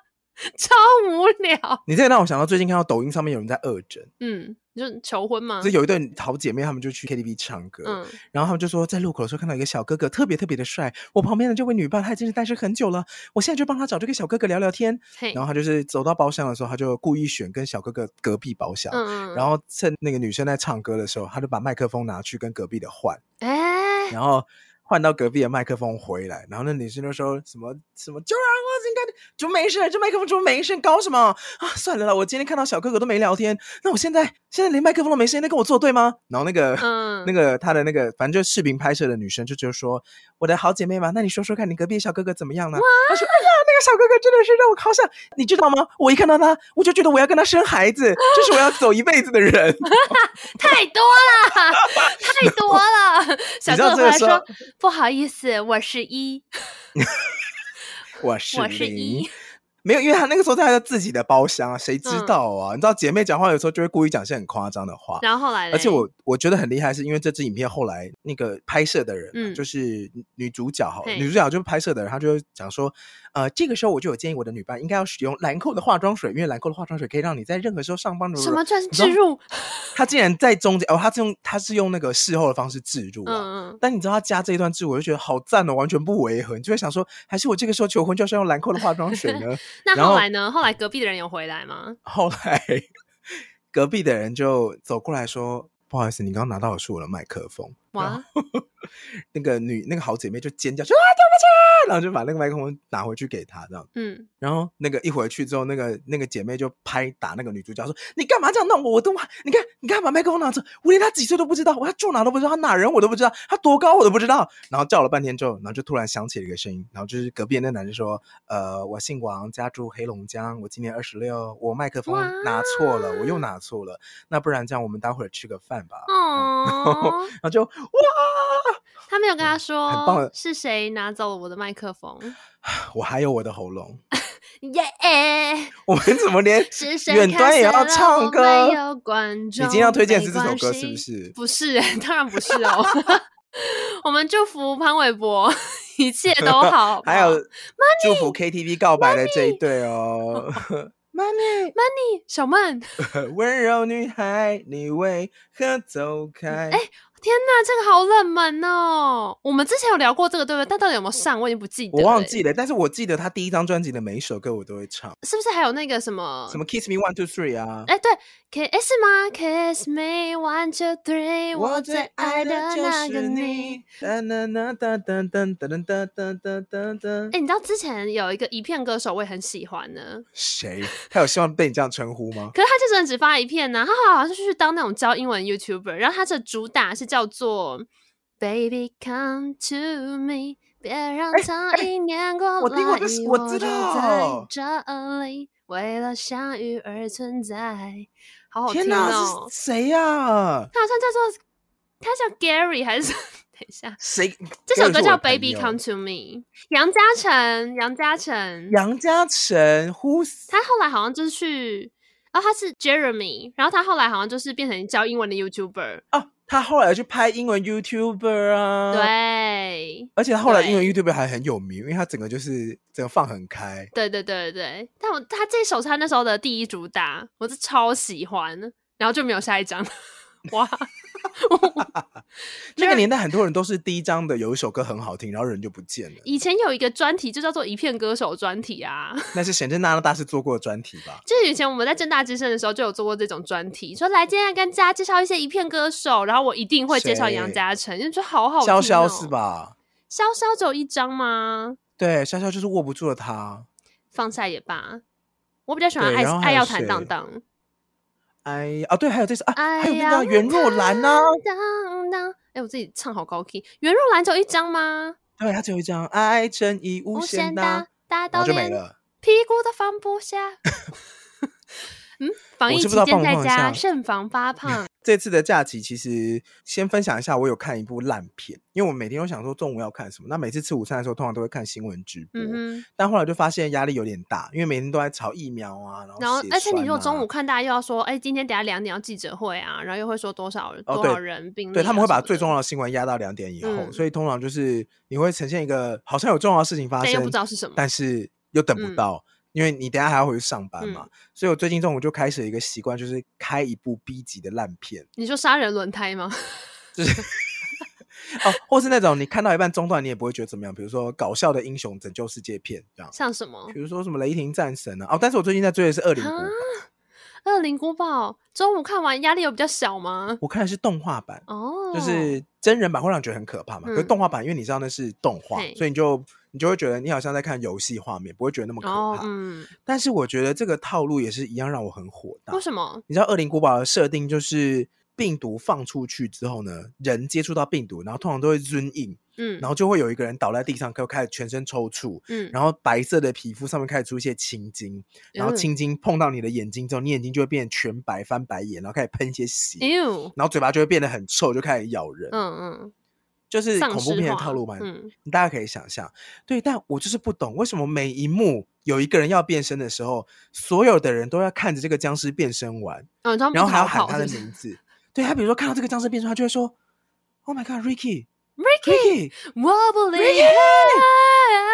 超无聊。你这个让我想到最近看到抖音上面有人在恶整，嗯，你说求婚吗就？有一对好姐妹，她们就去 KTV 唱歌，嗯，然后他们就说，在路口的时候看到一个小哥哥特别特别的帅，我旁边的这位女伴她已经是单身很久了，我现在就帮她找这个小哥哥聊聊天。嘿，然后她就是走到包厢的时候，她就故意选跟小哥哥隔壁包厢，嗯嗯，然后趁那个女生在唱歌的时候，她就把麦克风拿去跟隔壁的换，哎、然后。换到隔壁的麦克风回来，然后那女生就说什么什么，就让我应该就没事，这麦克风就没事，搞什么啊？算了啦，我今天看到小哥哥都没聊天，那我现在现在连麦克风都没声音，那跟我作对吗？然后那个、嗯， 那个他的那个，反正就视频拍摄的女生就就说我的好姐妹嘛，那你说说看你隔壁的小哥哥怎么样呢？她说哎呀，那个小哥哥真的是让我好想，你知道吗？我一看到他，我就觉得我要跟他生孩子，这是我要走一辈子的人。太多 了，太多了。小你知道这哥哥回个来时说候：“不好意思，我是一，我是我是零一。嗯没有，因为他那个时候在他自己的包厢啊，谁知道啊？你知道姐妹讲话有时候就会故意讲一些很夸张的话”。然后后来嘞，而且我我觉得很厉害，是因为这支影片后来那个拍摄的人啊、嗯就是女女主角好了，嘿女主角就是拍摄的人，她就会讲说，呃，这个时候我就有建议我的女伴应该要使用兰蔻的化妆水，因为兰蔻的化妆水可以让你在任何时候上班的什么钻知道置入，她竟然在中间哦，她是用她是用那个事后的方式置入啊。嗯嗯，但你知道她加这一段置入，我就觉得好赞哦，完全不违和。你就会想说，还是我这个时候求婚就是要用兰蔻的化妆水呢？ 那然后后来呢？后来隔壁的人有回来吗？后来隔壁的人就走过来说：“不好意思，你刚刚拿到的是我的麦克风。” 哇，那个女那个好姐妹就尖叫说：“啊，对不起！”然后就把那个麦克风拿回去给她，这样。 嗯，然后那个一回去之后，那个那个姐妹就拍打那个女主角说：“你干嘛这样弄我？我都你看你看把麦克风拿走，我连她几岁都不知道，我她住哪都不知道，她哪人我都不知道，她多高我都不知道。”然后叫了半天之后，然后就突然响起了一个声音，然后就是隔壁的那男生说：“呃，我姓王，家住黑龙江，我今年二十六，我麦克风拿错了，我又拿错了，那不然这样我们待会儿吃个饭吧。”哦，然后就哇，他没有跟他很棒说的是谁拿走了我的麦克风，我还有我的喉咙，耶，我们怎么连是 谁远端也要看见了我唱歌？没有观你众，今天要推荐的是这没首歌关系是不是？不是，当然不是哦。 我们祝福潘玮柏 一切都好好不 好。还有祝福 KTV 告白的这一对哦。妈 咪，你小曼，嗯哎温柔女孩，你为何走开？天哪，这个好冷门哦！我们之前有聊过这个，对不对？但到底有没有上，我已经不记得、我忘，记了，但是我记得他第一张专辑的每一首歌我都会唱，是不是还有那个什么什么 Kiss Me One Two Three 啊，哎，对，K S 吗？Kiss me one two three，我哎最爱的那个你。，哒哒哒哒哒哒哒哒哒哒哒哒哎、。你知道之前有一个一片歌手，我也很喜欢呢，谁？他有希望被你这样称呼吗？可是他就真的只发一片呢、他好像是去当那种教英文 YouTuber，然后他的主打是叫做 Baby Come to Me，别让苍蝇碾过哎我来，听过这首我知就道在这里，为了相遇而存在，好好听天哦哪，！是谁啊呀？他好像叫做他叫 Gary 还是 等一下，谁？这首歌是我的叫《Baby 朋友 Come to Me》，杨嘉诚，杨嘉诚，杨嘉诚，Who？他后来好像就是去，哦，他是 Jeremy，然后他后来好像就是变成教英文的 YouTuber，、哦，他后来去拍英文 YouTuber 啊。。对，而且他后来英文对 YouTuber 还很有名，因为他整个就是整个放很开。对对对对，但我他这首是他那时候的第一主打，我是超喜欢，然后就没有下一张， 哇，那个年代很多人都是第一张的有一首歌很好听，然后人就不见了。以前有一个专题就叫做一片歌手专题啊， 那是沈震娜娜大师做过的专题吧？就是以前我们在正大之声的时候就有做过这种专题，说来今天要跟大家介绍一些一片歌手，然后我一定会介绍谁杨嘉诚，因为觉得好好听、潇哦。潇是？吧？潇潇只有一张吗？对，潇潇就是握不住了他。放下也罢。我比较喜欢对爱然后还爱有要谈谁荡荡，哎啊，对，还有这首啊，爱还有那要个袁若兰啊呐、谈荡荡。哎，我自己唱好高 key。袁若兰只有一张吗？对，他只有一张《爱正义无限大》，大然到后就没连了。屁股都放不下。 嗯，防我疫是不期知道间放不在放得家下慎防发胖。这次的假期，其实先分享一下，我有看一部烂片，因为我每天都想说中午要看什么。那每次吃午餐的时候，通常都会看新闻直播，嗯但后来就发现压力有点大，因为每天都在炒疫苗啊，然后哼，然后血而且你栓如果中啊午看，大家又要说，哎，今天等下两点要记者会啊，然后又会说多少哦多对少人病例啊什么的，对他们会把最重要的新闻压到两点以后，嗯所以通常就是你会呈现一个好像有重要的事情发但生，又不知道是什么。但是又等不嗯到，因为你等一下还要回去上班嘛。所以我最近中午就开始一个习惯，就是开一部 B 级的烂片你说杀人轮胎吗？ 哦，或是那种你看到一半中断，你也不会觉得怎么样，比如说搞笑的英雄拯救世界片这样。像什么比如说什么雷霆战神啊，哦，但是我最近在追的是《恶灵古堡》啊，《恶灵古堡》中午看完压力有比较小吗？我看的是动画版，哦，就是真人版会让你觉得很可怕嘛。可是嗯动画版，因为你知道那是动画嘿，所以你就你就会觉得你好像在看游戏画面，不会觉得那么可哦，怕。嗯，但是我觉得这个套路也是一样让我很火大为。什么？你知道恶灵古堡的设定就是病毒放出去之后呢，人接触到病毒，然后通常都会 zoom in，嗯然后就会有一个人倒在地上，就开始全身抽搐，嗯，然后白色的皮肤上面开始出一些青筋，然后嗯青筋碰到你的眼睛之后，你眼睛就会变全白，翻白眼，然后开始喷一些血，呦，然后嘴巴就会变得很臭，就开始咬人。嗯就是嗯，丧恐怖尸片的化套路嘛，嗯，你大家可以想象。对，但我就是不懂为什么每一幕有一个人要变身的时候，所有的人都要看着这个僵尸变身完。哦，你知道然后还要不逃喊跑他的是不是名字。对他，比如说看到这个僵尸变身，他就会说：“Oh my God, Ricky, Ricky， Ricky！” 我不理 Ricky！爱。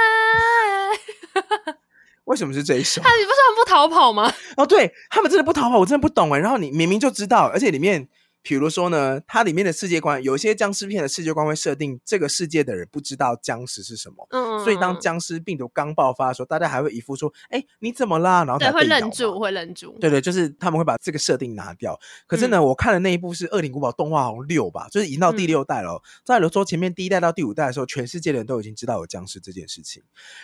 为什么是这一首？那你不是很不逃跑吗？哦，对他们真的不逃跑，我真的不懂哎。然后你明明就知道，而且里面，比如说呢，它里面的世界观，有一些僵尸片的世界观会设定这个世界的人不知道僵尸是什么。嗯，所以，当嗯僵尸病毒刚爆发的时候，大家还会一副说：“哎、你怎么啦？”然后对才会被咬愣嘛住，会愣住。对对，就是他们会把这个设定拿掉。可是呢，我看的那一部是《恶灵古堡》动画，好像六吧，就是已经到第嗯六代了哦。在刘说前面第一代到第五代的时候，全世界的人都已经知道有僵尸这件事情。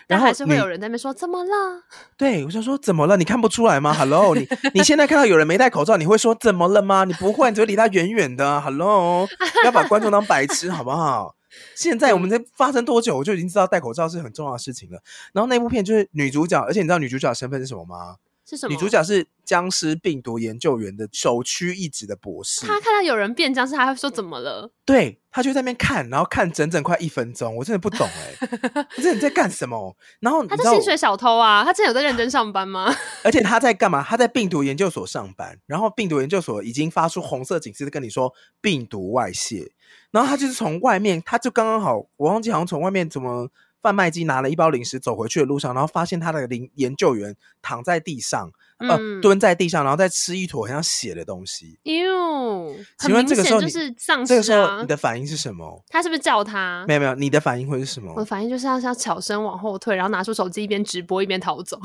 但然后还是会你有人在那边说怎么了？对我想说，怎么了？你看不出来吗？Hello，你你现在看到有人没戴口罩，你会说怎么了吗？你不会，你只会离他远远的。Hello，不要把观众当白痴，好不好？现在我们嗯在发生多久，我就已经知道戴口罩是很重要的事情了。然后那部片就是女主角，而且你知道女主角的身份是什么吗？是什么？女主角是僵尸病毒研究员的首屈一指的博士，她看到有人变僵尸，她会说怎么了？对她就在那边看，然后看整整快一分钟，我真的不懂哎、 我真的你在干什么？然后你她知就道薪我，水小偷啊！她之前有在认真上班吗？而且她在干嘛？她在病毒研究所上班，然后病毒研究所已经发出红色警示，跟你说病毒外泄，然后她就是从外面，她就刚刚好，我忘记好像从外面怎么。贩卖机拿了一包零食走回去的路上，然后发现他的研研究员躺在地上，呃，嗯，蹲在地上，然后再吃一坨很像血的东西。哟，嗯很请问这明个显时候就你是丧这个尸时候啊你！的反应是什么？他是不是叫他没？有没有，你的反应会是什我的么？反应就是要要悄声往后退，然后拿出手机一边直播一边逃走，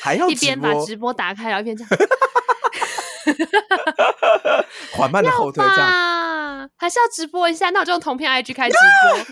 还要一直边把播直播打开，然后一边 这样。缓慢的后退这样。吧，还是要直播一下。那我就用同片 IG 开直播。啊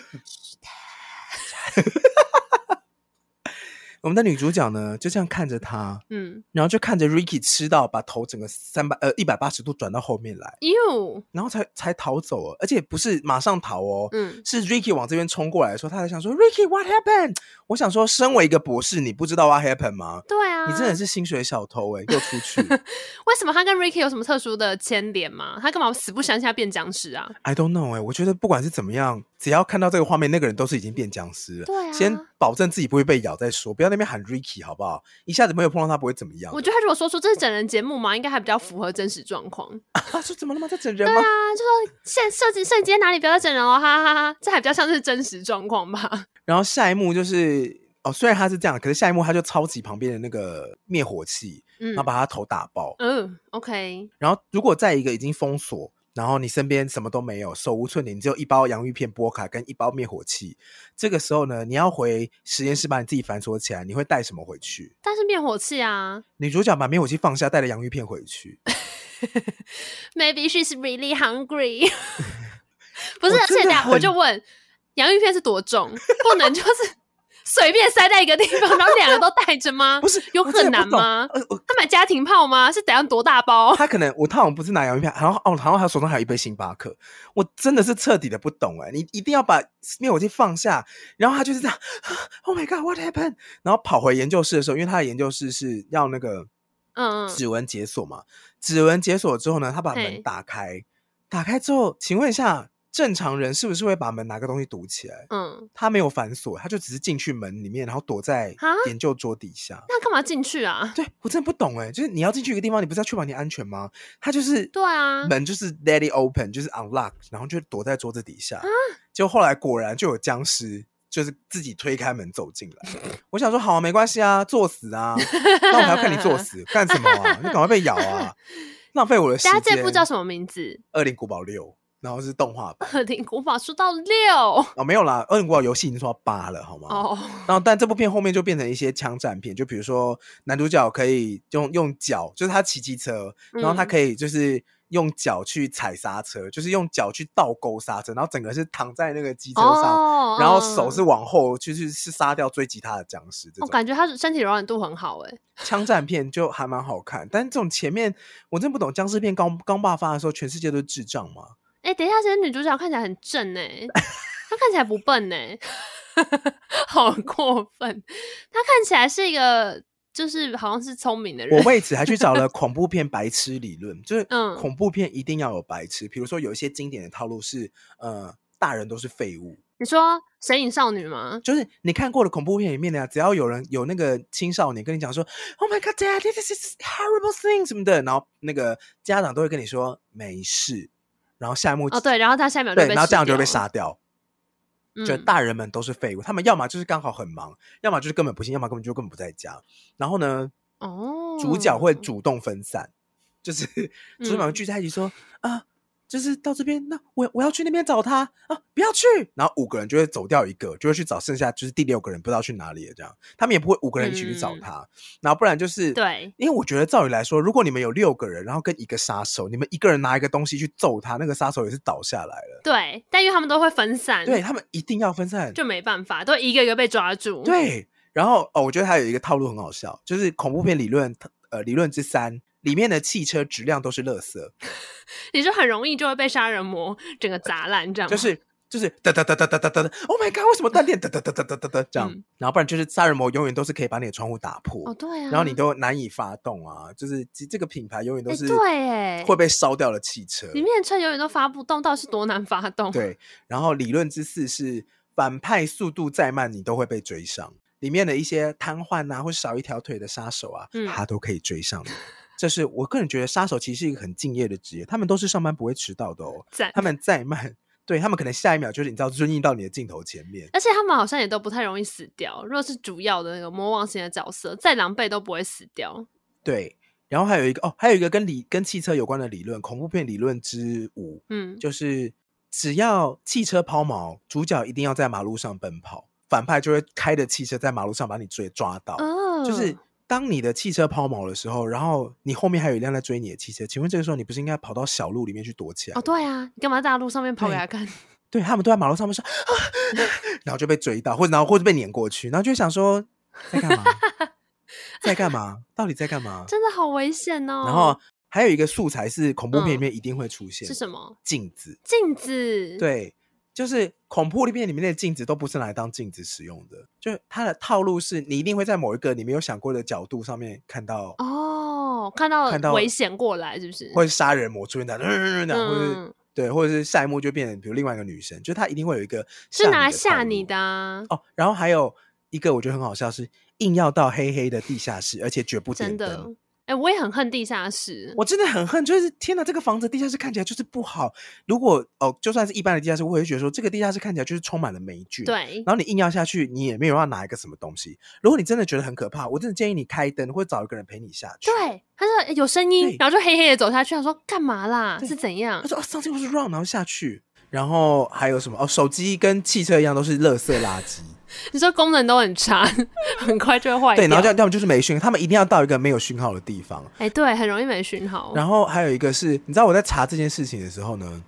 我们的女主角呢，就这样看着他，嗯，然后就看着 Ricky 吃到，把头整个三百呃一百八十度转到后面来，哟，然后才才逃走哦，而且不是马上逃哦。嗯，是 Ricky 往这边冲过来的时候，他才想说，Ricky，what happened？我想说，身为一个博士，你不知道 what happened 吗？对啊，你真的是薪水小偷哎、给我出 去为什么他跟 Ricky 有什么特殊的牵连吗？他干嘛死不相信他变僵尸啊？ ！I don't know 哎、我觉得不管是怎么样，只要看到这个画面，那个人都是已经变僵尸了。对啊，先保证自己不会被咬再说，不要那边喊 Ricky 好不好？一下子没有碰到他不会怎么样。我觉得他如果说出这是整人节目嘛，应该还比较符合真实状况。他说怎么了吗？在整人对吗？啊，就说现设计设计在哪里，不要再整人哦，哈哈哈哈，这还比较像是真实状况吧？然后下一幕就是哦，虽然他是这样，可是下一幕他就抄起旁边的那个灭火器，嗯然后把他头打爆。嗯，OK，然后如果在一个已经封锁，然后你身边什么都没有，手无寸铁，你只有一包洋芋片波卡跟一包灭火器，这个时候呢，你要回实验室把你自己反锁起来，你会带什么回去？但是灭火器啊女主角把灭火器放下，带了洋芋片回去。 ，Maybe she's really hungry 。不是，我而真且的等下我很就问，洋芋片是多重？不能就是随便塞在一个地方，然后两个都带着吗？ 不是啊有我真很的难不懂吗？呃，我他买家庭炮吗？是怎样多大包？他可能我他好像不是拿洋芋片，然后哦，然后他手上还有一杯星巴克，我真的是彻底的不懂哎、你一定要把灭火器放下，然后他就是这样 ，Oh my God，what happened？然后跑回研究室的时候，因为他的研究室是要那个嗯，指纹解锁嘛，指纹解锁之后呢，他把嘿门打开，打开之后，请问一下，正常人是不是会把门拿个东西堵起来？嗯，他没有反锁，他就只是进去门里面，然后躲在啊研究桌底下。那干嘛进去啊？对我真的不懂哎、就是你要进去一个地方，你不是要确保你安全吗？他就是对啊门就是 let it open，就是 unlock，然后就躲在桌子底啊下。结果后来果然就有僵尸，就是自己推开门走进 来。我想说，好、啊，没关系啊，作死啊，那我还要看你作死干什么啊？你赶快被咬 啊，浪费我的时大间。家这部叫什么名字？ 《恶灵古堡六》，然后是动画版《灵古堡》说到六哦，没有啦，《恶灵古堡》游戏已经说到八了，好吗？哦，然后，但这部片后面就变成一些枪战片，就比如说男主角可以用用脚，就是他骑机车，然后他嗯可以就是用脚去踩刹车，就是用脚去倒钩刹车，然后整个是躺在那个机车上，哦然后手是嗯往后，就是是杀掉追击他的僵尸。这我种、感觉他身体柔软度很好哎，枪战片就还蛮好看，但这种前面我真不懂，僵尸片刚刚爆发的时候，全世界都是智障吗？哎，等一下，这女主角看起来很正哎，她看起来不笨哎， 好过分，她看起来是一个就是好像是聪明的我人，为此还去找了恐怖片白痴理论，就是嗯恐怖片一定要有白痴，比如说有一些经典的套路是呃。大人都是废物，你说《神隐少女》吗？就是你看过的恐怖片里面呢，只要有人有那个青少年跟你讲说，Oh my God, Dad, this is horrible thing 什么的，然后那个家长都会跟你说没事，然后下一幕哦，对，然后她下一秒就对，被然后吃这样就会被掉杀掉。嗯就大人们都是废物，他们要么就是刚好很忙，要么就是根本不信，要么根本就根本不在家。然后呢，哦，主角会主动分散，就是 主角们嗯聚在一起说、啊，就是到这边，那我我要去那边找他啊，不要去。然后五个人就会走掉一个，就会去找剩下就是第六个人不知道去哪里了。这样，他们也不会五个人一起去找嗯他，然后不然就是。对，因为我觉得，照理来说，如果你们有六个人，然后跟一个杀手，你们一个人拿一个东西去揍他，那个杀手也是倒下来了。对，但因为他们都会分散，对，他们一定要分散，就没办法，都一个一个被抓住。，对，然后哦，我觉得还有一个套路很好笑，就是恐怖片理论，呃，理论之三里面的汽车质量都是垃圾，你就很容易就会被杀人魔整个砸烂，这样就吗是就是哒哒哒哒哒哒哒哒，Oh my god，为什么断电？哒哒哒哒哒哒哒这样嗯，然后不然就是杀人魔永远都是可以把你的窗户打哦，破，对啊，然后你都难以发动啊，就是这这个品牌永远都诶是哎对诶会被烧掉的汽车，里面的车永远都发不动，到底是多难发动？，对，然后理论之四是反派速度再慢，你都会被追上。里面的一些瘫痪啊，或少一条腿的杀手啊，嗯他都可以追上你。这是我个人觉得杀手其实是一个很敬业的职业，他们都是上班不会迟到的哦。赞他们再慢对他们可能下一秒就是你知道尊印到你的镜头前面，而且他们好像也都不太容易死掉。如果是主要的那个魔王型的角色，再狼狈都不会死掉。对。然后还有一个哦，还有一个跟理跟汽车有关的理论，恐怖片理论之五，嗯，就是只要汽车抛锚，主角一定要在马路上奔跑，反派就会开着汽车在马路上把你追抓到。哦，就是当你的汽车抛锚的时候，然后你后面还有一辆在追你的汽车，请问这个时候你不是应该跑到小路里面去躲起来吗？哦，对啊，你干嘛在大路上面跑给对他看？ 对他们都在马路上面说，啊、然后就被追到，或者然后或者被碾过去，然后就会想说在干嘛？在干嘛？到底在干嘛？ 真的好危险哦。嗯然后还有一个素材是恐怖片里面一定会出现是的、什么？镜子，镜子。，对，就是恐怖片里面的镜子都不是拿来当镜子使用的，就是它的套路是你一定会在某一个你没有想过的角度上面看到，哦，看到看到危险过来是不是？或是杀人魔出现 在那样，或者是嗯，对，或者是下一幕就变成比如另外一个女生，就是她一定会有一个是拿来你的套吓你路的啊。哦。然后还有一个我觉得很好笑是硬要到黑黑的地下室，而且绝不点真灯。的。哎、我也很恨地下室。我真的很恨，就是天哪，这个房子地下室看起来就是不好。如果哦，就算是一般的地下室，我也会觉得说这个地下室看起来就是充满了霉菌。。对，然后你硬要下去，你也没有要拿一个什么东西。如果你真的觉得很可怕，我真的建议你开灯，或者找一个人陪你下去。。对，他说欸有声音对，然后就黑黑的走下去，他说干嘛啦？对是怎样他？说哦，上次我是 run，然后下去，然后还有什么哦，手机跟汽车一样都是垃圾垃圾。你说功能都很差， 很快就会坏掉。对，然后这样要么就是没讯，他们一定要到一个没有讯号的地方。哎、对，很容易没讯号。然后还有一个是，你知道我在查这件事情的时候呢，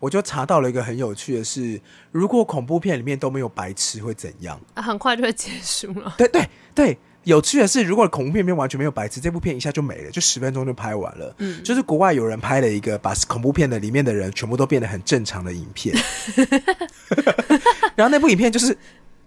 我就查到了一个很有趣的是，如果恐怖片里面都没有白痴会怎样？啊很快就会结束了。对对对，有趣的是，如果恐怖片里面完全没有白痴，这部片一下就没了，就十分钟就拍完了。嗯，就是国外有人拍了一个把恐怖片的里面的人全部都变得很正常的影 片，然后那部影片就是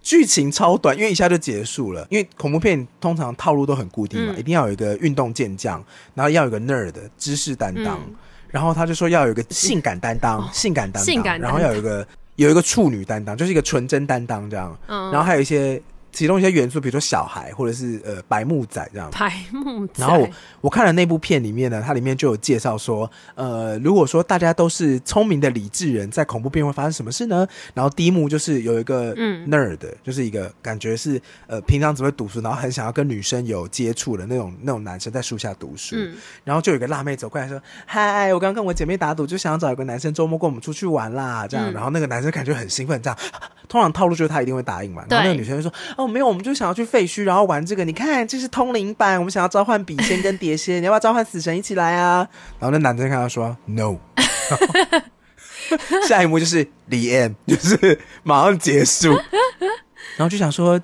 剧情超短，因为一下就结束了。因为恐怖片通常套路都很固定嘛，嗯一定要有一个运动健将，然后要有一个 nerd 知识担当，嗯哦然后他就说要有一个性感担当，性感担当，性感担然当后要有一个有一个处女担当，就是一个纯真担当这样，嗯然后还有一些其中一些元素，比如说小孩或者是呃白木仔这样。排木仔，然后我我看了那部片里面呢，它里面就有介绍说，呃，如果说大家都是聪明的理智人，在恐怖片会发生什么事呢？然后第一幕就是有一个嗯 nerd，、就是一个感觉是呃平常只会读书，然后很想要跟女生有接触的那种那种男生在树下读书，嗯，然后就有一个辣妹走过来说：“嗨，我刚跟我姐妹打赌，就想要找一个男生周末跟我们出去玩啦。”这样，嗯然后那个男生感觉很兴奋，这样。通常套路就是他一定会答应嘛。然后那个对女生就说：“哦，没有，我们就想要去废墟，然后玩这个。你看，这是通灵版，我们想要召唤笔仙跟碟仙，你要不要召唤死神一起来 啊？”然后那男生看他说：“No。”下一幕就是李 M，就是马上结束。然后就想说，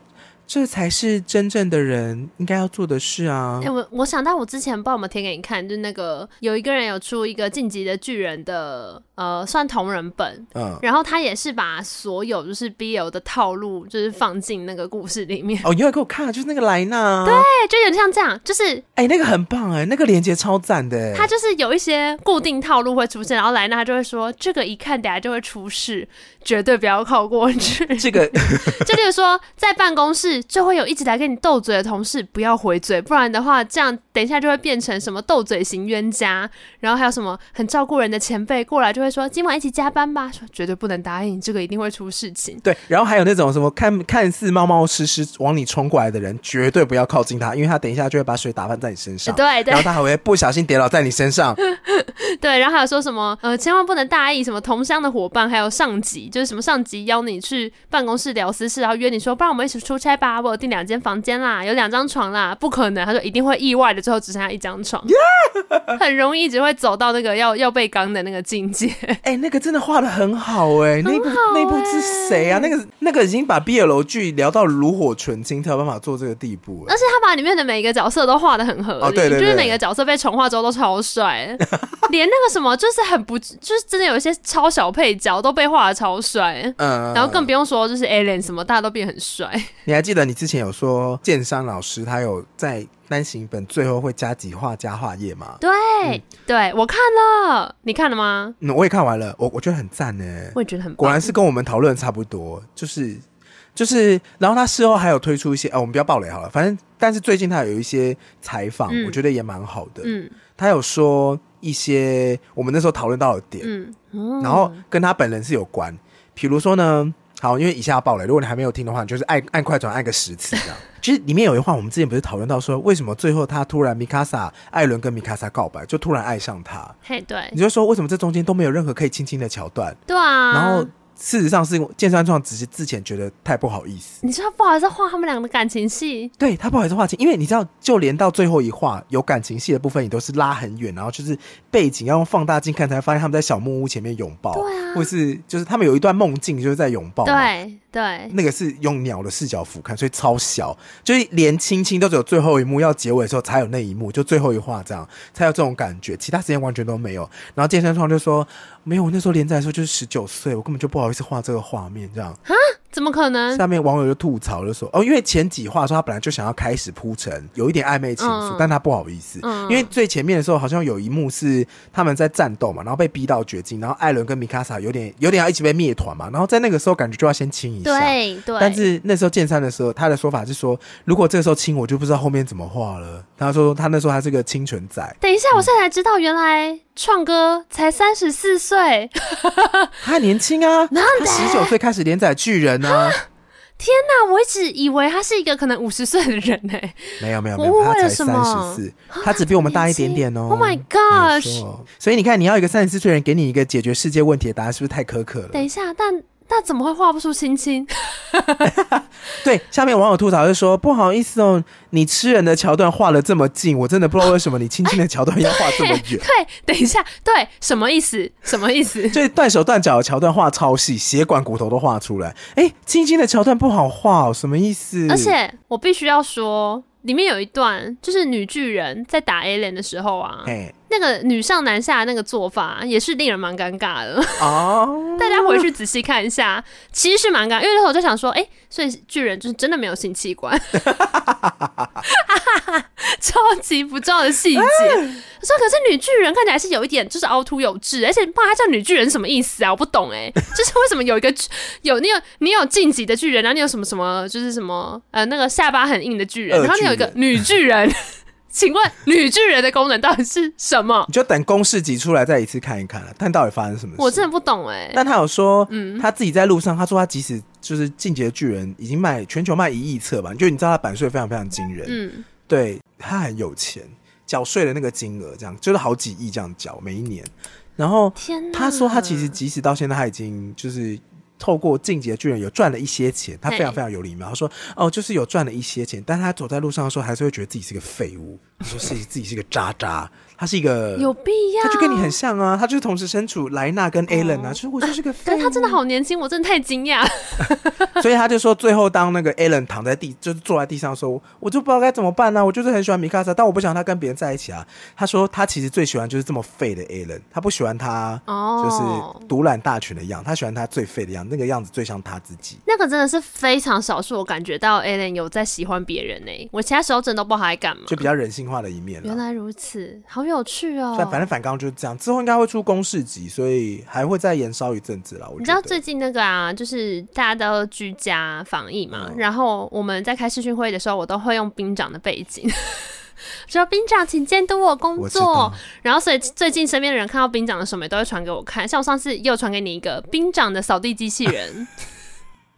这才是真正的人应该要做的事啊哎、。我我想到我之前不知道有没有贴给你看，就是那个有一个人有出一个《晋级的巨人》的呃，算同人本，嗯，然后他也是把所有就是 BL 的套路，就是放进那个故事里面。哦，你有给我看了，就是那个莱纳、啊，对，哎、就有点像这样，就是哎、那个很棒哎、那个连接超赞的、哎他就是有一些固定套路会出现，然后莱纳就会说这个一看等下就会出事，绝对不要靠过去。这个就例如说，在办公室就会有一直来跟你斗嘴的同事，不要回嘴，不然的话，这样等一下就会变成什么斗嘴型冤家。然后还有什么很照顾人的前辈过来就会说今晚一起加班吧，说绝对不能答应，这个一定会出事情。对，然后还有那种什么看看似冒冒失失往你冲过来的人，绝对不要靠近他，因为他等一下就会把水打翻在你身上，对对然后他还会不小心跌倒在你身 上。对，然后还有说什么呃，千万不能大意，什么同乡的伙伴，还有上级，就是什么上级邀你去办公室聊私事，然后约你说，不然我们一起出差吧，我有订两间房间啦，有两张床啦，不可能，他说一定会意外的，最后只剩下一 张床很容易只会走到那个要要被刚的那个境界。哎、那个真的画的很好哎、那部、那部是谁啊？那哎个那个已经把 BL 剧聊到炉火纯青，才有办法做这个地步、哎而且他把里面的每一个角色都画的很合理，哦对对就是对每个角色被重画之后都超 帅，连那个什么就是很不，就是真的有一些超小配角都被画的超帅。嗯，呃然后更不用说，就是 Alien 什么，大家都变很帅。你还记得你之前有说建商老师他有在单行本最后会加几画加画页吗？对、对，我看了，你看了吗？嗯，我也看完了，我我觉得很赞呢。我也觉得很棒果然是跟我们讨论的差不多，就是就是，然后他事后还有推出一些，呃，我们不要暴雷好了，反正但是最近他有一些采访，嗯我觉得也蛮好的。嗯，他有说一些我们那时候讨论到的点，嗯，然后跟他本人是有关。比如说呢，好，因为以下要爆雷，如果你还没有听的话，你就是按按快转按个十次这样。 其实里面有一话，我们之前不是讨论到说，为什么最后他突然米卡萨艾伦跟米卡萨告白，就突然爱上他？嘿，对你，就说为什么这中间都没有任何可以亲亲的桥段？对啊。然后事实上是剑山创只是之前觉得太不好意思，你知道不好意思画他们两个感情戏，对他不好意思划清，因为你知道，就连到最后一话有感情戏的部分，你都是拉很远，然后就是背景要用放大镜看，才发现他们在小木屋前面拥抱，对啊或是就是他们有一段梦境就是在拥抱，，对对，那个是用鸟的视角俯瞰，所以超小，就是连亲亲都只有最后一幕要结尾的时候才有那一幕，就最后一话这样才有这种感觉，其他时间完全都没有。然后健身创就说没有，我那时候连载的时候就是十九岁，我根本就不好意思画这个画面这样。怎么可能？下面网友就吐槽，就说哦，因为前几话说他本来就想要开始铺陈，有一点暧昧情愫，嗯但他不好意思，嗯因为最前面的时候好像有一幕是他们在战斗嘛，然后被逼到绝境，然后艾伦跟米卡萨有点有点要一起被灭团嘛，然后在那个时候感觉就要先亲一下。对对，但是那时候剑三的时候，他的说法是说，如果这个时候亲，我就不知道后面怎么画了。他说他那时候他是个清纯仔，等一下，我现在才知道，原来创哥才三十 四岁，他很年轻啊，他十九岁开始连载巨人啊，那我一直以为他是一个可能五十岁的人呢、没有没有我没有，误他会才了什三么啊十四，他只比我们大一点点哦。 Oh my 没 gosh！错，所以你看，你要一个三十四岁的人给你一个解决世界问题的答案，是不是太苛刻了？等一下，但但怎么会画不出亲亲？对，下面网友吐槽就说：“不好意思哦，你吃人的桥段画了这么近，我真的不知道为什么你亲亲的桥段要画这么远。 对，等一下，对，什么意思？什么意思？就是断手断脚的桥段画超细，血管骨头都画出来。哎，亲亲的桥段不好画、哦，什么意思？而且我必须要说，里面有一段就是女巨人在打 A 脸的时候啊，哎，那个女上男下的那个做法也是令人蛮尴尬的。哦，大家回去仔细看一下，其实是蛮尴尬，因为那时候我就想说，哎、所以巨人就是真的没有性器官， 超级不重要的 细节。我说可是女巨人看起来是有一点就是凹凸有致，而且不然她叫女巨人什么意思啊？我不懂 哎、就是为什么有一个巨有你有你有晋级的巨人，然后你有什么什么就是什么呃那个下巴很硬的巨人，恶然后你有一个女巨人。 请问女巨人的功能到底是什么？你就等公式集出来再一次看一看了，看到底发生什么事。我真的不懂哎、但他有说，嗯他自己在路上，他说他即使就是《进击的巨人》已经卖全球卖一亿册吧，就你知道他版税非常非常惊人，嗯，对他很有钱，缴税的那个金额这样就是好几亿这样缴每一年。然后天哪！他说他其实即使到现在他已经就是。透过《进击的巨人》有赚了一些钱，他非常嘿非常有礼貌。他说：“哦，就是有赚了一些钱，但他走在路上的时候，还是会觉得自己是个废物。 他说是自己是个渣渣，他是一个有必要，他就跟你很像啊，他就是同时身处莱纳跟 Alan 啊，就是我就是个废哦 可物，是他真的好年轻，我真的太惊 讶了。所以他就说最后当那个 Alan 躺在地，就是坐在地上的时候，我就不知道该怎么办啊呢、我就是很喜欢米卡莎，但我不想他跟别人在一起啊。他说他其实最喜欢就是这么废的 Alan，他不喜欢他哦就是独揽大权的样，他喜欢他最废的样，那个样子最像他自己。那个真的是非常少数，我感觉到 Alan 有在喜欢别人呢、欸我其他时候真的都不知道他在干嘛。就比较人性化的一面原了。来如此，好有趣哦。但反正反刚就是这样，之后应该会出公示集，所以还会再延烧一阵子啦。我觉你知道得最近那个啊，就是大家都居家防疫嘛，嗯然后我们在开视讯会议的时候，我都会用兵长的背景。 说兵长，请监督我工我知道作。然后，所以最近身边的人看到兵长的什么，也都会传给我看。像我上次又传给你一个兵长的扫地机器人，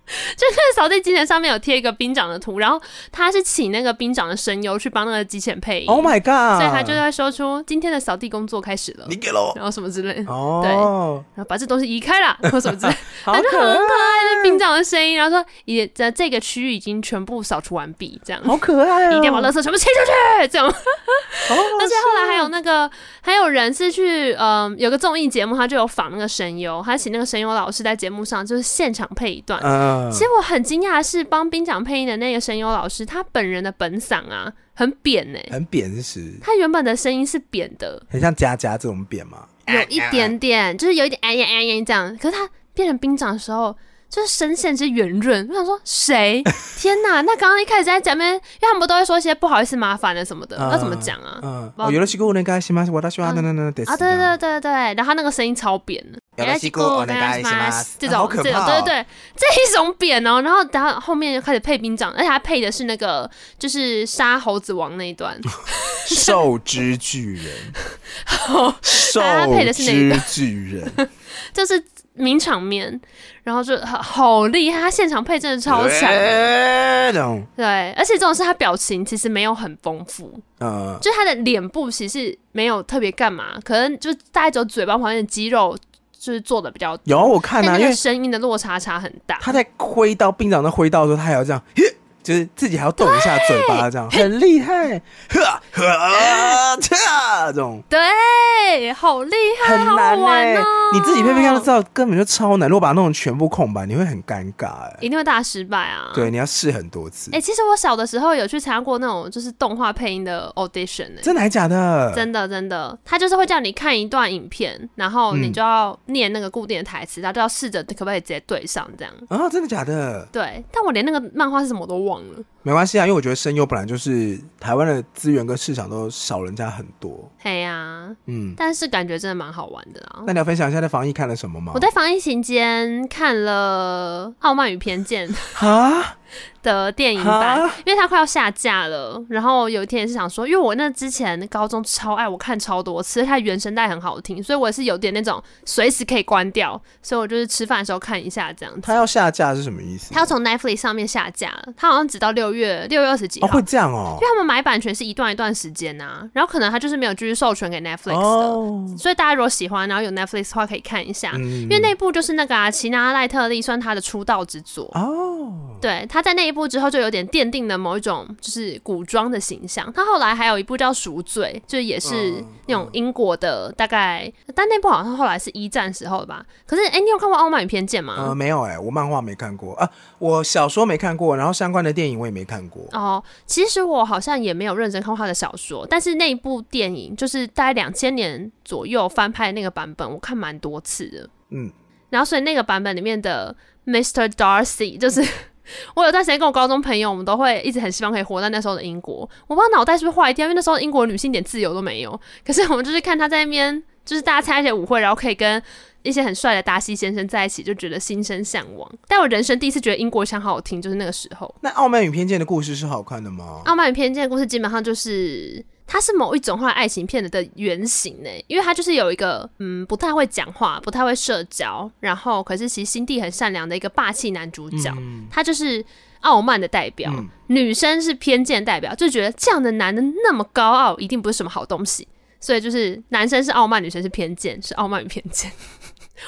就是扫地机器人上面有贴一个兵长的图，然后他是请那个兵长的声优去帮那个机器人配音，Oh my God！所以他就会说出今天的扫地工作开始了你，给喽然后什么之类的，哦，然后把这东西移开了，或什么之类的。好可很爱。兵长的声音，然后说也这这个区域已经全部扫除完毕，这样。好可爱哦！一定要把垃圾全部清出去，这样。而 好啊 好且后来还有那个，还有人是去，嗯、有个综艺节目，他就有访那个声优，他请那个声优老师在节目上就是现场配一段。嗯，其实我很惊讶的是，帮兵长配音的那个声优老师，他本人的本嗓啊很扁呢、很扁实，他原本的声音是扁的，很像佳佳这种扁嘛。有一点点，就是有一点哎呀哎呀这样。可是他变成兵长的时候，就是声线之圆润。我想说 谁？天哪！那刚刚一开始在讲面，因为他们不都会说一些不好意思、麻烦的什么的，嗯要怎么讲啊？嗯，不哦，有的是个人该します。私は等等等等。啊，对对对对，然后他那个声音超扁的，哎よろしくお願いします这啊好种可这种，怕对哦对对，这一种扁哦，然后然 后后面就开始配兵长，而且他配的是那个就是杀猴子王那一段，兽之巨人，好，兽大家配的是哪之一个巨人，这是名场面，然后就好好厉害，他现场配真的超强。对那种对，而且这种是他表情其实没有很丰富，呃，就是他的脸部其实没有特别干嘛，可能就大概只有嘴巴旁边的肌肉就是做的比较多，有我看但啊，那因个为声音的落差差很大。他在挥刀，兵长在挥刀的时候，他还要这样，嘿就是自己还要动一下嘴巴，这样很厉害，呵呵呵，这种对，好厉害，很哎好难好玩欸哦！你自己配配看都知道，根本就超难。如果把它弄成全部空白，你会很尴尬哎。一定会大失败啊！对，你要试很多次嗯哎、，其实我小的时候有去参加过那种就是动画配音的 audition 呢、真的还假的？真的真的，他就是会叫你看一段影片，然后你嗯就要念那个固定的台词，然后就要试着可不可以直接对上这样。啊，真的假的？对，但我连那个漫画是什么都忘了。没关系啊，因为我觉得声优本来就是台湾的资源跟市场都少人家很多。嘿呀、嗯，但是感觉真的蛮好玩的啦。那你要分享一下在防疫看了什么吗？我在防疫期间看了《傲慢与偏见》啊，的电影版哈，因为它快要下架了。然后有一天也是想说，因为我那之前高中超爱，我看超多次，而且它原声带很好听，所以我也是有点那种随时可以关掉，所以我就是吃饭的时候看一下这样子。他要下架是什么意思？它要从 Netflix 上面下架了，它好像只到六月六月二十几哦号，会这样哦因为，他们买版权是一段一段时间呐、啊然后可能它就是没有继续授权给 Netflix 的，哦，所以大家如果喜欢，然后有 Netflix 的话可以看一下，嗯因为那部就是那个啊，齐娜赖特利算他的出道之作。哦，对，他在那一部之后就有点奠定了某一种就是古装的形象。他后来还有一部叫《赎罪》，就是也是嗯那种英国的，大概但那部好像后来是一战时候的吧。可是，哎、你有看过《傲慢与偏见》呃，吗？没有哎、我漫画没看过啊，我小说没看过，然后相关的电影我也没看过。哦，其实我好像也没有认真看过他的小说，但是那一部电影就是大概两千年左右翻拍的那个版本，我看蛮多次的。嗯，然后所以那个版本里面的 Mr. Darcy 就是。我有段时间跟我高中朋友，我们都会一直很希望可以活在那时候的英国。我不知道脑袋是不是坏掉，因为那时候英国女性一点自由都没有。可是我们就是看她在那边，就是大家参加一些舞会，然后可以跟一些很帅的达西先生在一起，就觉得心生向往。但我人生第一次觉得英国腔好好听，就是那个时候。那《傲慢与偏见》的故事是好看的吗《？傲慢与偏见》的故事基本上就是，它是某一种后来爱情片的原型呢，因为它就是有一个嗯不太会讲话、不太会社交，然后可是其实心地很善良的一个霸气男主角，嗯他就是傲慢的代表，嗯女生是偏见代表，就觉得这样的男的那么高傲，一定不是什么好东西，所以就是男生是傲慢，女生是偏见，是傲慢与偏见。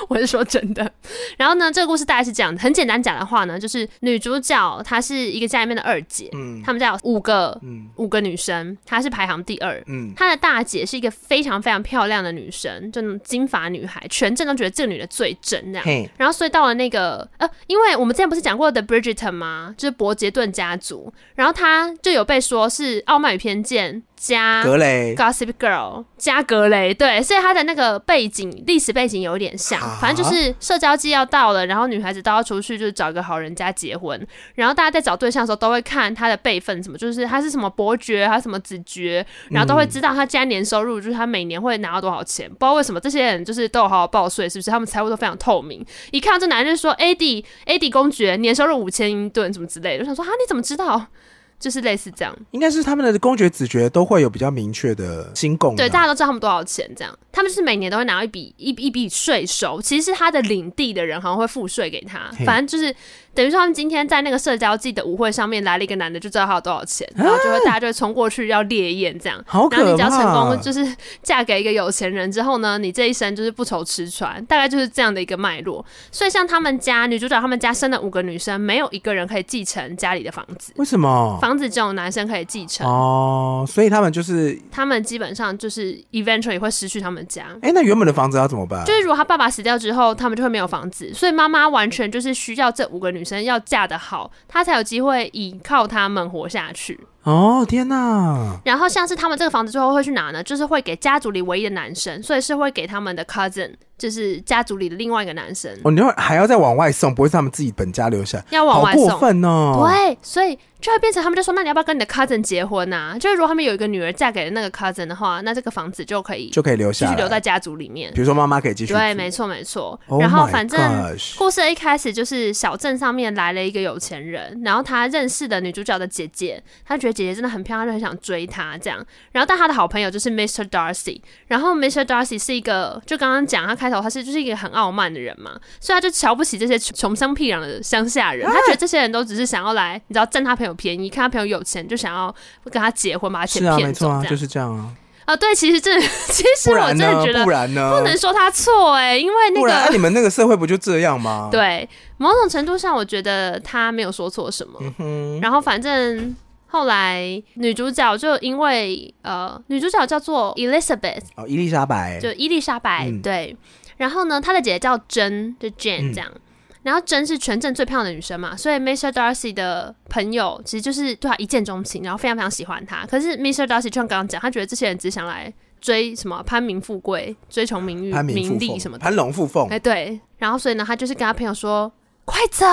我是说真的，然后呢，这个故事大概是这样的，很简单讲的话呢，就是女主角她是一个家里面的二姐，嗯他们家有五个嗯五个女生，她是排行第二。嗯，她的大姐是一个非常非常漂亮的女生，就那种金发女孩，全镇都觉得这个女的最正那样。嘿，然后所以到了那个呃，因为我们之前不是讲过的 Bridgerton 吗？就是伯杰顿家族，然后她就有被说是《傲慢与偏见》加格雷 Gossip Girl 加格雷，对，所以他的那个背景历史背景有点像啊，反正就是社交季要到了，然后女孩子都要出去，就是找一个好人家结婚，然后大家在找对象的时候都会看他的辈分，什么就是他是什么伯爵，他什么子爵，然后都会知道他家年收入，就是他每年会拿到多少钱。不知道为什么这些人就是都有好好报税，是不是？他们财务都非常透明。一看到这男人就说 AD AD 公爵年收入五千英镑什么之类的，我想说啊你怎么知道？就是类似这样。应该是他们的公爵、子爵都会有比较明确的新贡对，的。大家都知道他们多少钱，这样，他们就是每年都会拿到一笔一笔一笔税收，其实是他的领地的人好像会付税给他嘿，反正就是等于说他们今天在那个社交季的舞会上面来了一个男的，就知道他有多少钱，然后就会大家就会冲过去要烈焰这样。好然后你可只要怕！成功，就是嫁给一个有钱人之后呢，你这一生就是不愁吃穿，大概就是这样的一个脉络。所以像他们家女主角他们家生了五个女生，没有一个人可以继承家里的房子，为什么？房子只有男生可以继承。哦，所以他们就是，他们基本上就是 eventually 会失去他们家。哎、那原本的房子要怎么办？就是如果他爸爸死掉之后，他们就会没有房子，所以妈妈完全就是需要这五个女生要嫁得好，她才有机会依靠他们活下去。哦，天哪！然后像是他们这个房子最后会去哪呢？就是会给家族里唯一的男生，所以是会给他们的 cousin，就是家族里的另外一个男生，哦，你要还要再往外送，不会是他们自己本家留下，要往好外过送。分哦！对，所以就会变成他们就说，那你要不要跟你的 cousin 结婚呐、啊？就是如果他们有一个女儿嫁给了那个 cousin 的话，那这个房子就可以就可以留继下续来，留在家族里面比。如说妈妈可以继续对，住没错没错。 Oh 然后 my 反正 gosh 故事的一开始就是小镇上面来了一个有钱人，然后他认识的女主角的姐姐，他觉得姐姐真的很漂亮，就很想追她这样。然后但他的好朋友就是 Mr. Darcy，然后 Mr. Darcy 是一个就刚刚讲他开头他是就是一个很傲慢的人嘛，所以他就瞧不起这些穷穷乡僻壤的乡下啊人，他觉得这些人都只是想要来，你知道占他朋友便宜，看他朋友有钱就想要跟他结婚，把他钱是啊，没骗走错这啊样，。就是这样啊。啊对，其实这 其实不我然真呢的觉？得不然呢？不能说他错哎、因为那不然、啊个你们那个社会不就这样吗？，对某种程度上，我觉得他没有说错什么。嗯，然后反正后来女主角就因为呃，女主角叫做 Elizabeth，哦，伊丽莎白，就伊丽莎白、嗯对。然后呢，她的姐姐叫珍，就 Jane 嗯这样。然后珍是全镇最漂亮的女生嘛，所以 Mr. Darcy 的朋友其实就是对她一见钟情，然后非常非常喜欢她。可是 Mr. Darcy 就像刚刚讲，他觉得这些人只想来追什么攀名富贵、追求名誉、攀名名附利凤，什么的。攀龙附凤哎、，对，然后所以呢，他就是跟他朋友说。快走！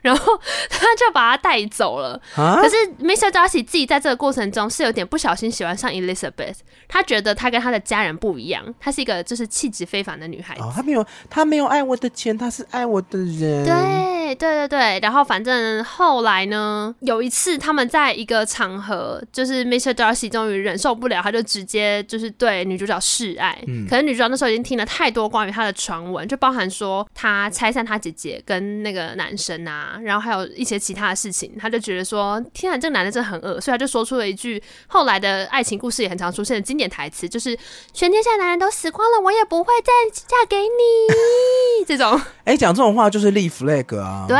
然后他就把他带走了。啊可是 Mr. Darcy 自己在这个过程中是有点不小心喜欢上 Elizabeth，他觉得她跟她的家人不一样，她是一个就是气质非凡的女孩子。哦，他没有，他没有爱我的钱，他是爱我的人。对对对对，然后反正后来呢，有一次他们在一个场合，就是 Mr. Darcy 终于忍受不了，他就直接就是对女主角示爱。嗯可是女主角那时候已经听了太多关于她的传闻，就包含说她拆散她姐姐跟那个男生啊，然后还有一些其他的事情，她就觉得说天啊，这个男的真的很恶，所以她就说出了一句后来的爱情故事也很常出现的经典台词，就是全天下男人都死光了，我也不会再嫁给你 这种。哎，讲这种话就是立 flag 啊。对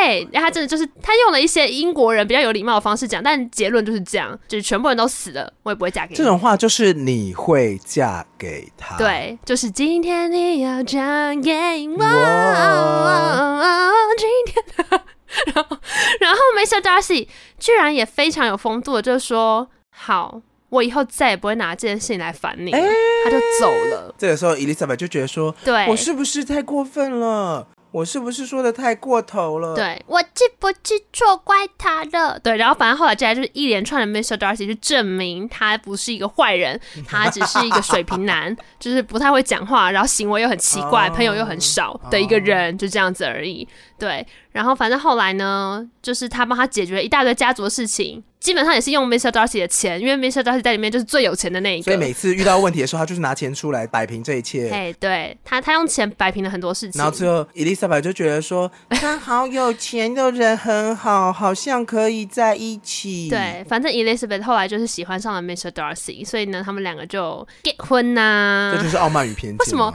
对，然后他真的就是他用了一些英国人比较有礼貌的方式讲，但结论就是这样，就是全部人都死了，我也不会嫁给你。这种话就是你会嫁给他。，对，就是今天你要嫁给我，哇今天。然后，然后 Mr. Darcy 居然也非常有风度的就说：“好，我以后再也不会拿这件事情来烦你。哎他就走了。这个时候伊丽莎白就觉得说，对，我是不是太过分了？我是不是说的太过头了？，对我记不记错，怪他了。嗯对，然后反正后来接下来就是一连串的 Mr. Darcy 去证明他不是一个坏 人，他只是一个水瓶男，就是不太会讲话，然后行为又很奇怪，哦朋友又很少的一个人，就这样子而已。对，然后反正后来呢，就是他帮他解决了一大堆家族的事情，基本上也是用 Mr. Darcy 的钱，因为 Mr. Darcy 在里面就是最有钱的那一所以个。每次遇到问题的时候，他就是拿钱出来摆平这一切。哎，对他，他用钱摆平了很多事情然后。最后，伊丽莎白就觉得说，他好有钱，又人很好，好像可以在一起。对，反正 Elizabeth 后来就是喜欢上了 Mr. Darcy，所以呢，他们两个就结婚呐、这就是傲慢与偏见嘛。嗯为什么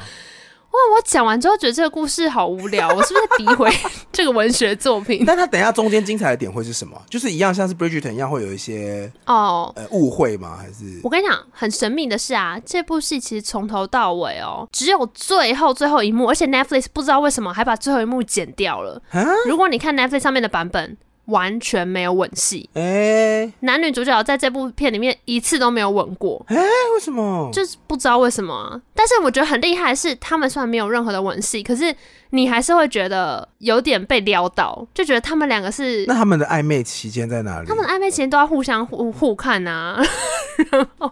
哇，我讲完之后觉得这个故事好无聊，我是不是在诋毁 这个文学 作品？但他等一下中间精彩的点会是什么？就是一样像是 Bridgerton 一样会有一些哦、呃误会吗？还是我跟你讲，很神秘的是啊，这部戏其实从头到尾哦，只有最后最后一幕，而且 Netflix 不知道为什么还把最后一幕剪掉了。啊？如果你看 Netflix 上面的版本，完全没有吻戏，哎、男女主角在这部片里面一次都没有吻过。哎为什么？就是不知道为什么啊、但是我觉得很厉害的是，他们虽然没有任何的吻戏，可是你还是会觉得有点被撩到，就觉得他们两个是那他们的暧昧期间在哪里？他们的暧昧期间都要互相互互看啊， 然后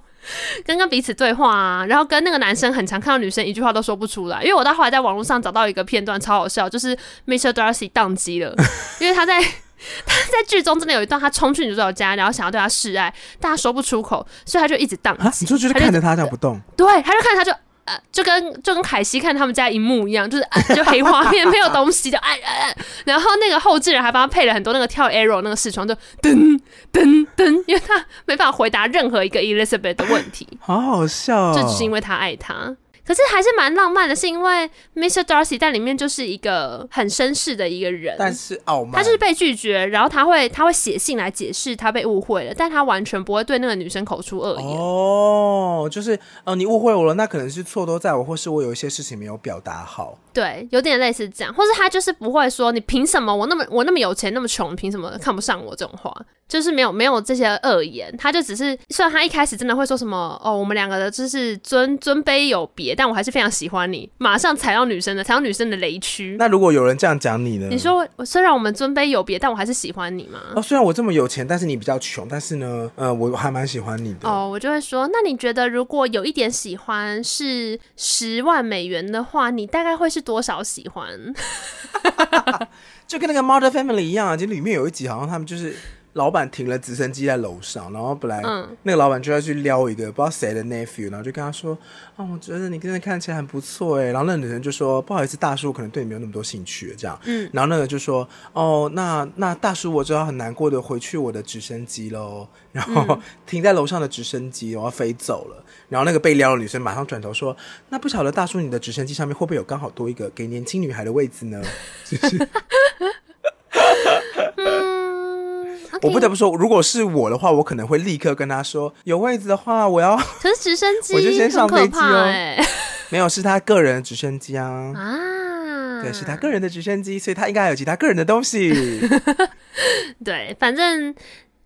跟跟彼此对话啊，然后跟那个男生很常看到女生一句话都说不出来，因为我到后来在网络上找到一个片段超好笑，就是 Mr. Darcy 宕机了，因为他在。 他在剧中真的有一段，他冲去女主角家，然后想要对她示爱，但他说不出口，所以他就一直宕啊，机你。说就是他就看着他这样不动，对，他就看他就呃，就跟就跟凯西看他们家荧幕一样，就是、啊、 就黑画面没有东西，就哎哎哎。然后那个后置人还帮他配了很多那个跳 arrow 那个视窗，就噔噔噔，因为他没办法回答任何一个 Elizabeth 的问题，好好笑、哦。这只是因为他爱他。可是还是蛮浪漫的，是因为 Mr. Darcy 在里面就是一个很绅士的一个人，但是傲慢，他就是被拒绝，然后他会他会写信来解释他被误会了，但他完全不会对那个女生口出恶言。哦，就是呃，你误会我了，那可能是错都在我，或是我有一些事情没有表达好。对，有点类似这样，或是他就是不会说你凭什么我那么我那么有钱那么穷，凭什么看不上我这种话，就是没有没有这些恶言，他就只是虽然他一开始真的会说什么哦，我们两个的就是尊尊卑有别，别，但我还是非常喜欢你。马上踩到女生的，踩到女生的雷区。那如果有人这样讲你呢？你说我虽然我们尊卑有别，但我还是喜欢你吗？哦，虽然我这么有钱，但是你比较穷，但是呢，呃，我还蛮喜欢你的。哦，我就会说，那你觉得如果有一点喜欢是十万美元的话，你大概会是多少喜欢？就跟那个《Modern Family》一样啊，就里面有一集好像他们就是老板停了直升机在楼上，然后本来嗯那个老板就要去撩一个不知道谁的 nephew，然后就跟他说啊，我觉得你真的看起来很不错哎，然后那个女生就说不好意思，大叔，我可能对你没有那么多兴趣这样，嗯，然后那个就说哦，那那大叔，我知道很难过的回去我的直升机喽，嗯然后停在楼上的直升机我要飞走了。然后那个被撩的女生马上转头说：“那不晓得大叔，你的直升机上面会不会有刚好多一个给年轻女孩的位置呢？”嗯我不得 OK 不说，如果是我的话，我可能会立刻跟他说，有位置的话，我要 可是直升机我就先上很飞可机怕哦哎、 没有是他个人的直升机啊，啊，对，是他个人的直升机，所以他应该还有其他个人的东 西。对，反正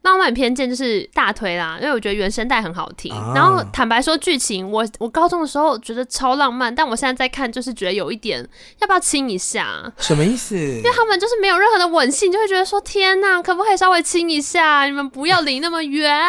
浪漫与偏见就是大推啦，因为我觉得原声带很好听。啊然后坦白说，剧情我我高中的时候觉得超浪漫，但我现在在看就是觉得有一点要不要亲一下。什么意思？因为他们就是没有任何的吻戏，你就会觉得说天呐，可不可以稍微亲一下？你们不要离那 么远。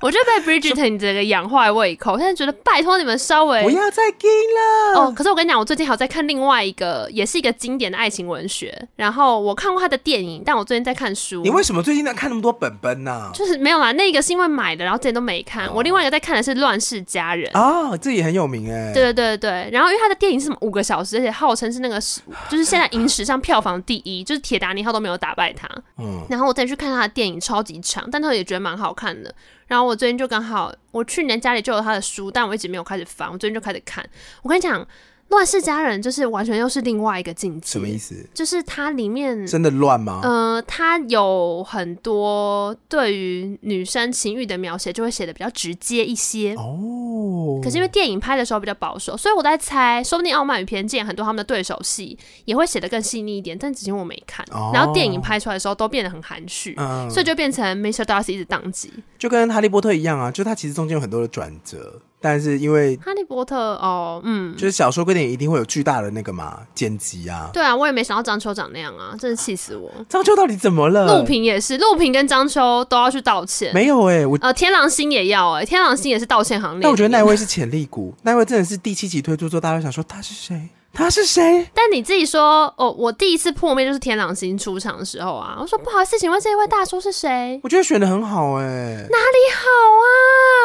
我就被 Bridget 你这个养坏胃口，我现在觉得拜托你们稍微不要再给了。哦，可是我跟你讲，我最近还有在看另外一个，也是一个经典的爱情文学。然后我看过他的电影，但我最近在看书你。为什么最近在看那么多本本呢、就是没有啦，那个是因为买的，然后之前都没看。我另外一个在看的是《乱世佳人》。哦，这也很有名哎、对对对对，然后因为他的电影是什么五个小时，而且号称是那个是就是现在影史上票房第一，就是铁达尼号都没有打败他。嗯，然后我再去看他的电影，超级长，但他也觉得蛮好看的。然后我最近就刚好，我去年家里就有他的书，但我一直没有开始翻，我最近就开始看。我跟你讲，《乱世佳人》就是完全又是另外一个境界，什么意？思？就是它里面。真的乱吗？呃，它有很多对于女生情欲的描写，就会写的比较直接一些。哦，可是因为电影拍的时候比较保守，所以我在猜，说不定《傲慢与偏见》很多他们的对手戏也会写的更细腻一点，但只是我没看。哦然后电影拍出来的时候都变得很含蓄，嗯，所以就变成 Mr. Darcy 一直宕机。就跟哈利波特一样啊，就它其实中间有很多的转折，但是因为哈利波特哦，嗯就，是小说跟电影一定会有巨大的那个嘛剪辑啊。对啊，我也没想到张秋长那样啊，真是气死我。张秋到底怎么了？陆平也是，陆平跟张秋都要去道歉。呃没有哎、我呃，天狼星也要哎、天狼星也是道歉行列。但我觉得那，位是潜力股， 那位真的是第七集推出之后，大家会想说他是谁？他是谁？但你自己说，哦，我第一次破灭就是天狼星出场的时候啊，我说不好意思，请问这一位大叔是谁？我觉得选的很好哎、哪里好啊！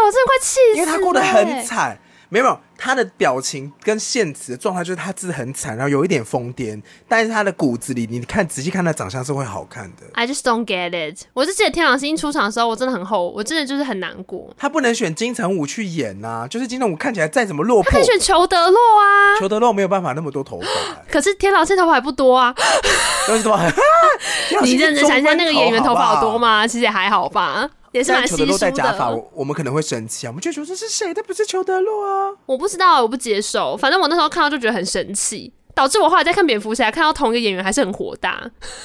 我真的快气死了欸、欸因为他过得很惨。没有，没有他的表情跟现实的状态就是他自己很惨，然后有一点疯癫，但是他的骨子里，你看仔细看他长相是会好看的。 I just don't get it。我是记得天狼星出场的时候，我真的很后，我真的就是很难过。他不能选金城武去演呐、就是金城武看起来再怎么落魄可以，选裘德洛啊，裘德洛没有办法那么多头 发，可是天狼星头发还不多啊。都是头 发。 你认真想一下，那个演员头发有多吗？吗？其实也还好吧，也是但蛮裘稀德洛疏戴假发，的。我我们可能会生气啊，我们就觉得这是谁？这不是裘德洛啊！我不知道，我不接受。反正我那时候看到就觉得很生气，导致我后来在看蝙蝠侠，看到同一个演员还是很火大。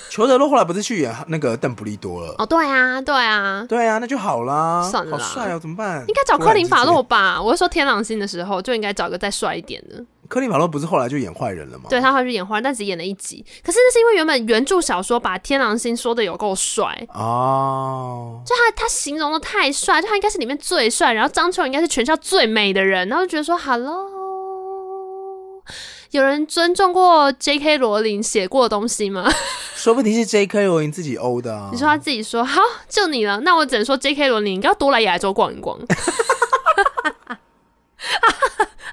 裘德洛后来不是去演那个邓布利多了？哦，对啊，对啊，对啊，那就好啦，算好了啦帅哦，怎么办？应该找突科然林之法间洛吧。我是说天狼星的时候，就应该找个再帅一点的。科林法洛不是后来就演坏人了吗？对，他会去演花，但只演了一集。可是那是因为原本原著小说把天狼星说的有够帅，哦，就他他形容的太帅，就他应该是里面最帅，然后张秋应该是全校最美的人，然后就觉得说，hello，有人尊重过 J.K. 罗琳写过的东西吗？说不定是 J.K. 罗琳自己欧的啊。你说他自己说好，就你了，那我只能说 J.K. 罗琳你应该要多来亚洲逛一逛。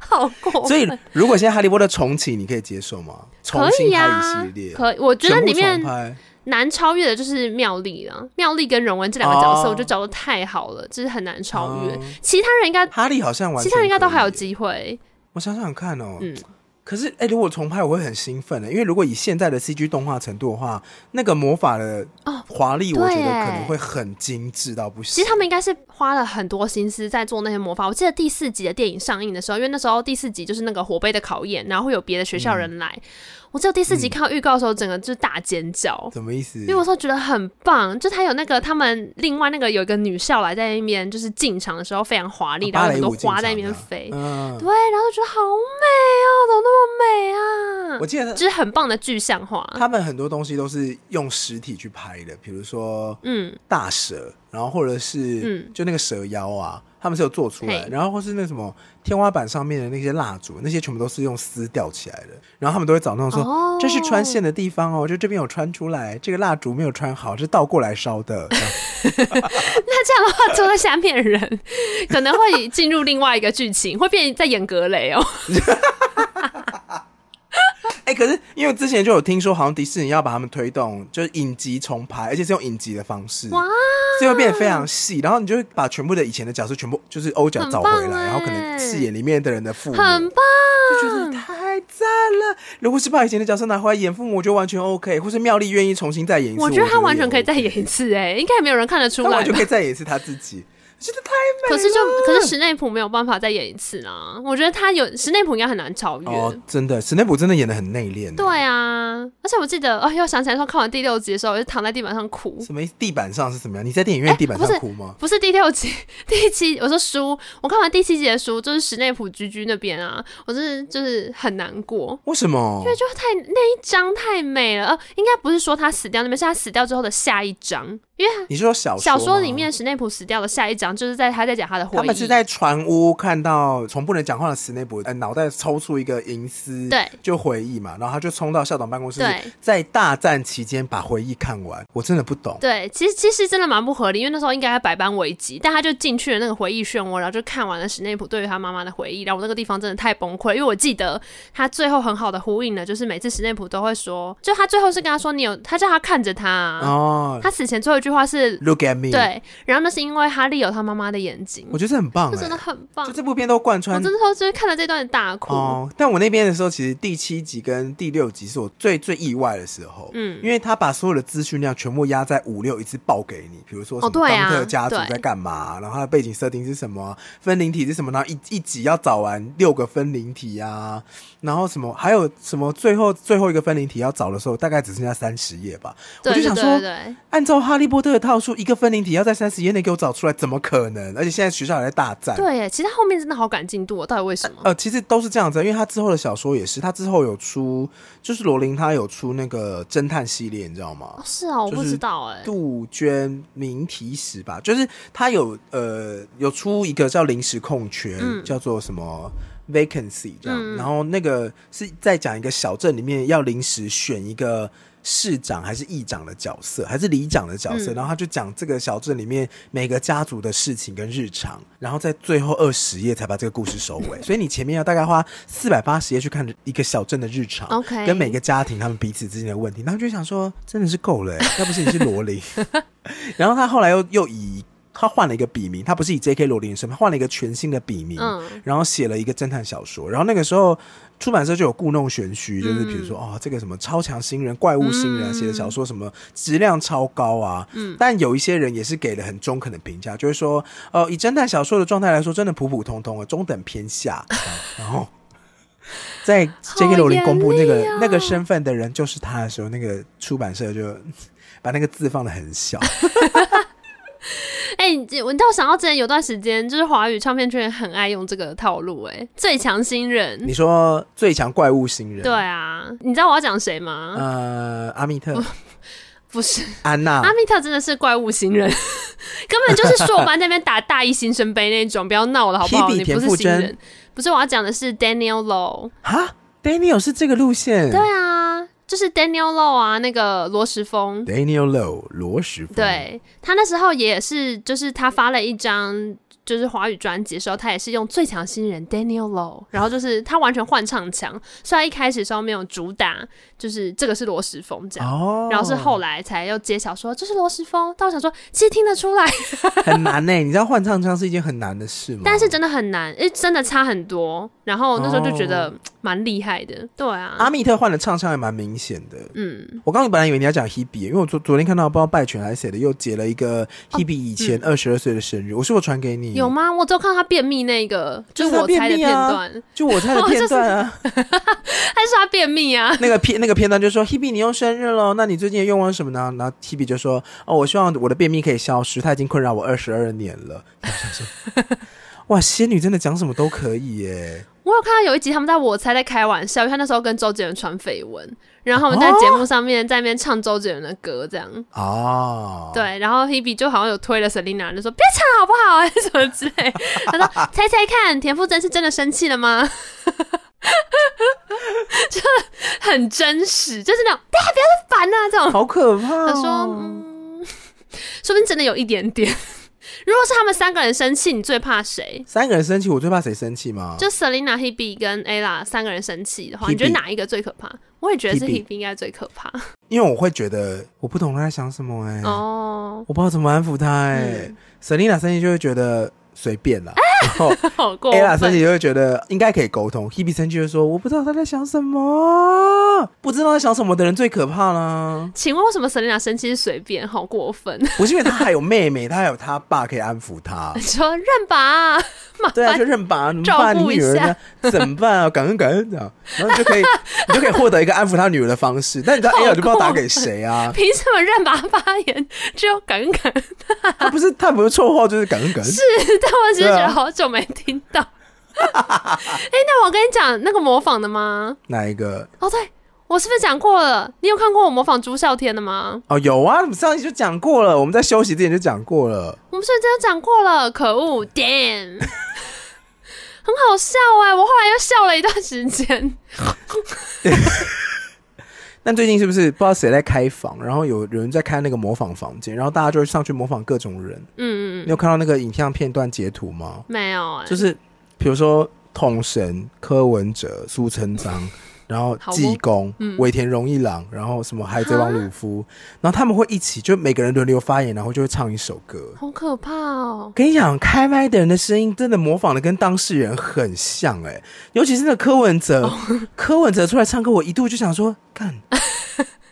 好过，所以如果现在哈利波特重启，你可以接受吗？重可新以拍呀、一系列，可以，我觉得全部里面重拍难超越的就是妙丽了，妙丽跟荣恩这两个角哦色，我就找的太好了，就是很难超越。哦其他人应该，哈利好像完，其他人应该都还有机。机会。我想想看哦，嗯可是，哎、如果重拍，我会很兴奋欸的、因为如果以现在的 CG 动画程度的话，那个魔法的哦华丽，我觉对得耶可能会很精致到不行。其实他们应该是花了很多心思在做那些魔法。我记得第四集的电影上映的时候，因为那时候第四集就是那个火杯的考验，然后会有别的学校人来。我记得第四集嗯看到预告的时候，整个就是大尖叫，什么意思？因为我说觉得很棒，就是他有那个他们另外那个有一个女校来在那边，就是进场的时候非常华啊丽，然后芭有蕾很多舞进花在那场边的飞，嗯，对，然后觉得好哦美哦，怎么那么美啊我？记得就是很棒的具象化，他们很多东西都是用实体去拍的，比如说嗯，大蛇，然后或者是嗯就那个蛇腰啊，他们是有做出来嘿，然后或是那什么天花板上面的那些蜡烛，那些全部都是用丝吊起来的，然后他们都会找那种说。哦，这是穿线的地方哦，就这边有穿出来，这个蜡烛没有穿好，是倒过来烧 的。这样那这样的话，坐在下面的人可能会进入另外一个剧情，会变在演格雷哦。哎、可是因为之前就有听说，好像迪士尼要把他们推动，就是影集重拍，而且是用影集的方式，哇，所以会变得非常细。然后你就会把全部的以前的角色全部就是欧角很找回棒欸来，然后可能饰演里面的人的父母，很棒！就觉得嗯太赞了。如果是把以前的角色拿回来演父母，我觉得完全 OK，或是妙丽愿意重新再演一次，我我觉得他完也全可以再 OK 演一次，哎，应该也没有人看得出嗯他来完全吧可。以再演一次他自己，觉得太美可了。是就可是史内普没有办法再演一次啦，我觉得他有史内普应该很难超越。哦，真的，史内普真的演的很内敛。欸对。啊，而且我记得，哦，又想起来说，看完第六集的时候，我就躺在地板上哭。什么意思？地板上是什么样？你在电影院地板上啊不是哭吗？不是第六集， 第七，我说书，我看完第七集的书，就是史内普居居那边啊，我真是就是很难过。为什么因？为就太那一章太美了，呃，应该不是说他死掉那边，是他死掉之后的下一章，因为你是说小小说吗里面史内普死掉的下一章就是在他在讲他的回忆，他们是在船屋看到从不能讲话的史内普，呃，脑袋抽出一个银丝，对，就回忆嘛，然后他就冲到校长办公室对，在大战期间把回忆看完。我真的不懂，对，其实其实真的蛮不合理，因为那时候应该还百般危机，但他就进去了那个回忆漩涡，然后就看完了史内普对于他妈妈的回忆，然后我那个地方真的太崩溃了，因为我记得他最后很好的呼应了，就是每次史内普都会说，就他最后是跟他说你有，他叫他看着他啊、哦嗯他死前最后一句话是。 ，Look at me，，对，然后那是因为哈利有他妈妈的眼睛，我觉得这很棒、这真的欸，很棒就。这部片都贯我穿真的哦就是看了这段大哭。嗯哦，但我那边的时候，其实第七集跟第六集是我最最意外的时候，嗯嗯，因为他把所有的资讯量全部压在五六一次报给你，比如说什哦么对啊当特家族对在干嘛、然后他的背景设定是什么啊，分灵体是什么，然后一一集要找完六个分灵体啊，然后什么还有什么最后最后一个分灵体要找的时候，大概只剩下三十页吧，对我就对想对说哎对对，按照哈利波特的套数，一个分灵体要在三十页内给我找出来，怎么可能？而且现在学校还在大战，对耶，其实他后面真的好赶进度、哦，到底为什么？呃，其实都是这样子，因为他之后的小说也是，他之后有出，就是罗琳她有出那个侦探系列，你知道吗哦？是啊，我哎就不知是道哎。杜鹃名题史吧，就是他有呃有出一个叫临时空缺，嗯叫做什么 vacancy 这样，嗯嗯然后那个是在讲一个小镇里面要临时选一个市长还是议长的角色，还是里长的角色，嗯然后他就讲这个小镇里面每个家族的事情跟日常，然后在最后二十页才把这个故事收 尾，所以你前面要大概花四百八十页去看一个小镇的日常 OK 跟每个家庭他们彼此之间的问题，然后就想说真的是够了、欸，要不是你是罗琳。然后他后来又又以他换了一个笔名，他不是以 J.K. 罗琳的身份，他换了一个全新的笔名，嗯然后写了一个侦探小说。然后那个时候出版社就有故弄玄虚，就是比如说、哦，这个什么超强新人、怪物新人、啊嗯写的小说什么质量超高啊。嗯但有一些人也是给了很中肯的评价，就是说，呃，以侦探小说的状态来说，真的普普通通啊，中等偏下。啊 然后。在 J.K. 罗琳公布那好个、严厉哦那个身份的人就是他的时候，那个出版社就 把那个字放的很小，哎、你这我倒想到之前有段时间，就是华语唱片圈很爱用这个套路，哎，最强新人。你说最强怪物新人？嗯对，啊，你知道我要讲谁吗？呃，阿密特、不是，安娜嗯阿，密特真的是怪物新人， 根本就是硕班那边打大一新生杯那种，不要闹了好不好？ Hebe 你不田是馥新甄人，不是我要讲的是 Daniel Low。哈，Daniel 是这个路线。对啊，就是 Daniel Low 啊，那个罗时丰。 ，Daniel Low 罗时丰。，对他那时候也是，就是他发了一张就是华语专辑的时候，他也是用最强新人 Daniel Low，然后就是他完全换唱腔，虽然一开始的时候没有主打，就是这个是罗时峰这样，哦，然后是后来才又揭晓说这是罗时峰，但我想说其实听得出来，嗯很难欸呢、你知道换唱腔是一件很难的事吗？但是真的很难，诶，真的差很多。然后那时候就觉得哦蛮厉害的，对啊，阿密特换的唱腔还蛮明显的。嗯，我刚刚本来以为你要讲 Hebe，因为欸我昨昨天看到不知道拜犬还是谁的，又截了一个 Hebe 以前二十二岁的生日，我是我传给你，嗯有？吗？我只有看到他便秘那个，就就嗯是是他我猜的便秘片啊段，就我 猜的哦片段啊，但是他便秘啊，那个片那个片段就说 Hebe 你又生日了，那你最近的愿望是什么呢？然后 Hebe 就说哦，我希望我的便秘可以消失，它已经困扰我二十二年了。我想说哇，仙女真的讲什么都可以耶！我有看到有一集他们在我猜在开玩笑，因为他那时候跟周杰伦传绯闻，然后他们在节目上面在那边唱周杰伦的歌，这样、哦，，对，然后 Hebe 就好像有推了 Selina，就说别唱好不好、啊，什么之类，他说猜猜看，田馥甄是真的生气了吗？ 就很真实，就是那种大家不要烦啊这种。好可怕、哦。他说嗯，说不定真的有一点点。如果是他们三个人生气，你最怕谁？三个人生气，我最怕谁生气吗？就 Selina、Hebe 跟 Ella 三个人生气的话，你 Hebe 觉得哪一个最可怕？我也觉得是 Hebe Hebe 应该最可怕因为我会觉得我不懂他在想什么哎、哦，我不知道怎么安抚他哎、嗯 Selina 生气就会觉得随便 啦，然后好过 Ella 生分气就会觉得应该可以沟通，Hebe 生气就说我不知道他在想什么，不知道在想什么的人最可怕啦。请问为什么 Selina 生气是随便？好过分！ 不是因为他还有妹妹，他还有他爸可以安抚他你。说认吧，对啊，就认吧，怎么办？照你顾一女下儿呢？怎么办啊？感恩感恩这样，然后你就 可以，你就可以获得一个安抚他女儿的方式。但你知道好 Ella 就不知道打过分给谁啊？凭什么认吧发言只有感感？他不是他不是绰号就是感恩感恩，但我只是对觉啊得好久没听到。 哎、那我跟你讲那个模仿的吗？哪一个？哦，对，我是不是讲过了？你有看过我模仿朱孝天的吗？哦，有啊，我们上一集就讲过了，我们在休息之前就讲过了。我们瞬间讲过了，可恶，damn，很好笑哎、我后来又笑了一段时间。但最近是不是不知道谁在开房，然后有有人在开那个模仿房间，然后大家就会上去模仿各种人。嗯嗯你嗯，有看到那个影像片段截图吗？没有哎、就是比如说统神、柯文哲、苏成章，然后好哦济公、嗯尾田荣一郎，然后什么海贼王鲁夫，然后他们会一起，就每个人轮流发言，然后就会唱一首歌。好可怕哦、跟你讲，开麦的人的声音真的模仿的跟当事人很像哎、尤其是那个柯文哲，哦 柯文哲出来唱歌，我一度就想说， 干，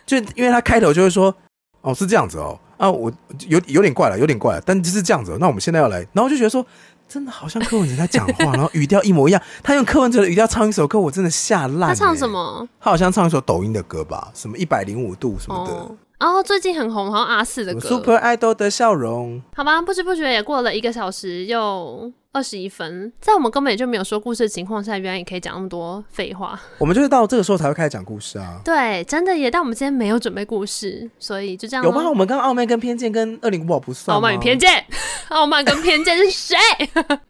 就因为他开头就会说，哦是这样子哦，啊我有有点怪了，有点怪了，但就是这样子哦、那我们现在要来，然后我就觉得说，真的好像柯文哲在讲 话，然后语调一模一样，他用柯文哲的语调唱一首歌，我真的吓烂、他欸。唱什？么？他好像唱一首抖音的歌吧，什么一百零五度什么的。哦，然后最近很红，好像阿四的什么歌。 Super Idol 的笑容，好吧，不知不觉也过了一个小时又二十一分，在我们根本也就没有说故事的情况下，原来也可以讲那么多废话。我们就是到这个时候才会开始讲故事啊。对，真的耶，但我们今天没有准备故事，所以就这样咯。有吗？我们刚刚傲慢跟偏见跟二零五宝不算傲吗慢与偏见， 傲慢跟偏见是谁？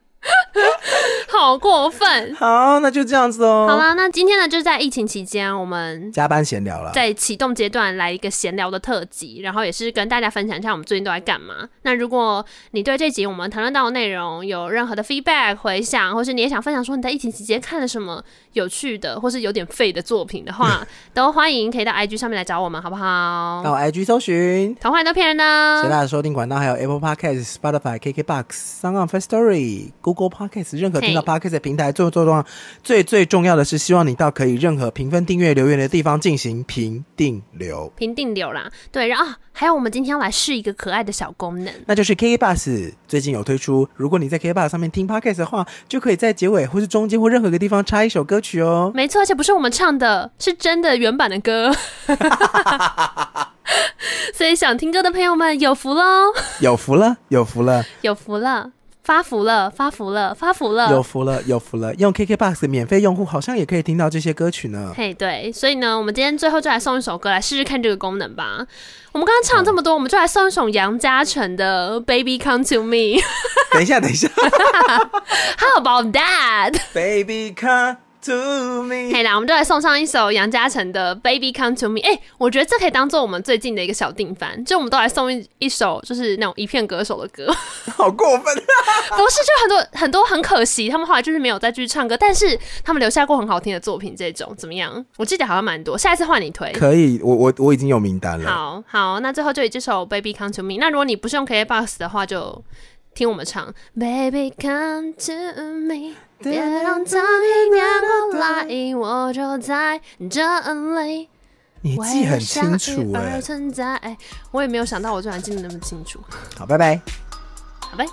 好过分！好，那就这样子哦。好，啦，那今天呢，就是在疫情期间，我们加班闲聊了。在启动阶段来一个闲聊的特辑，然后也是跟大家分享一下我们最近都在干嘛。那如果你对这集我们谈论到的内容有任何的 feedback 回想，或是你也想分享说你在疫情期间看了什么有趣的，或是有点废的作品的话，都欢迎可以到 IG 上面来找我们，好不好到？我 IG 搜寻。童话你都骗人其呢，他的收听管道还有 Apple Podcast、Spotify、KKBox、s o n g on First Story、Google Podcast，任何听到 Podcast 的平台。最后最重要、最最重要的是，希望你到可以任何评分、订阅、留言的地方进行评定留，评定流啦，对，然后、啊、还有我们今天要来试一个可爱的小功能。那就是 KKBox 最近有推出，如果你在 KKBox 上面听 Podcast 的话，就可以在结尾或是中间或任何一个地方插一首歌曲哦。没错，而且不是我们唱的，是真的原版的歌。所以想听歌的朋友们有福喽，有福了，有福了。有福了，发福了，发福了，发福有了。福了，有福了！用 KKBOX 免费用户好像也可以听到这些歌曲 呢。嘿对，所以呢，我们今天最后就来送一首歌来试试看这个功能吧。我们刚刚唱了这么多，我们就来送一首杨嘉诚的《Baby Come to Me》等一下，等一下，How about that？ ，Baby come to me。 嘿啦，我们就来送上一首杨嘉诚的《Baby Come to Me》。哎、我觉得这可以当做我们最近的一个小定番，就我们都来送一一首就是那种一片歌手的 歌，好过分啊！不是就很多很多很可惜，他们后来就是没有再继续唱歌，但是他们留下过很好听的作品。这种怎么样？我记得好像蛮多，下一次换你推。可以，我我我已经有名单了。好好，那最后就以这首《Baby Come to Me》。那如果你不是用 KKBOX 的话，就听我们唱《Baby Come to Me》。别让当你念过来，我就在这里。你我啊记很清楚哎、而存在。我也没有想到我居然记得那么清楚。好，拜拜。好呗。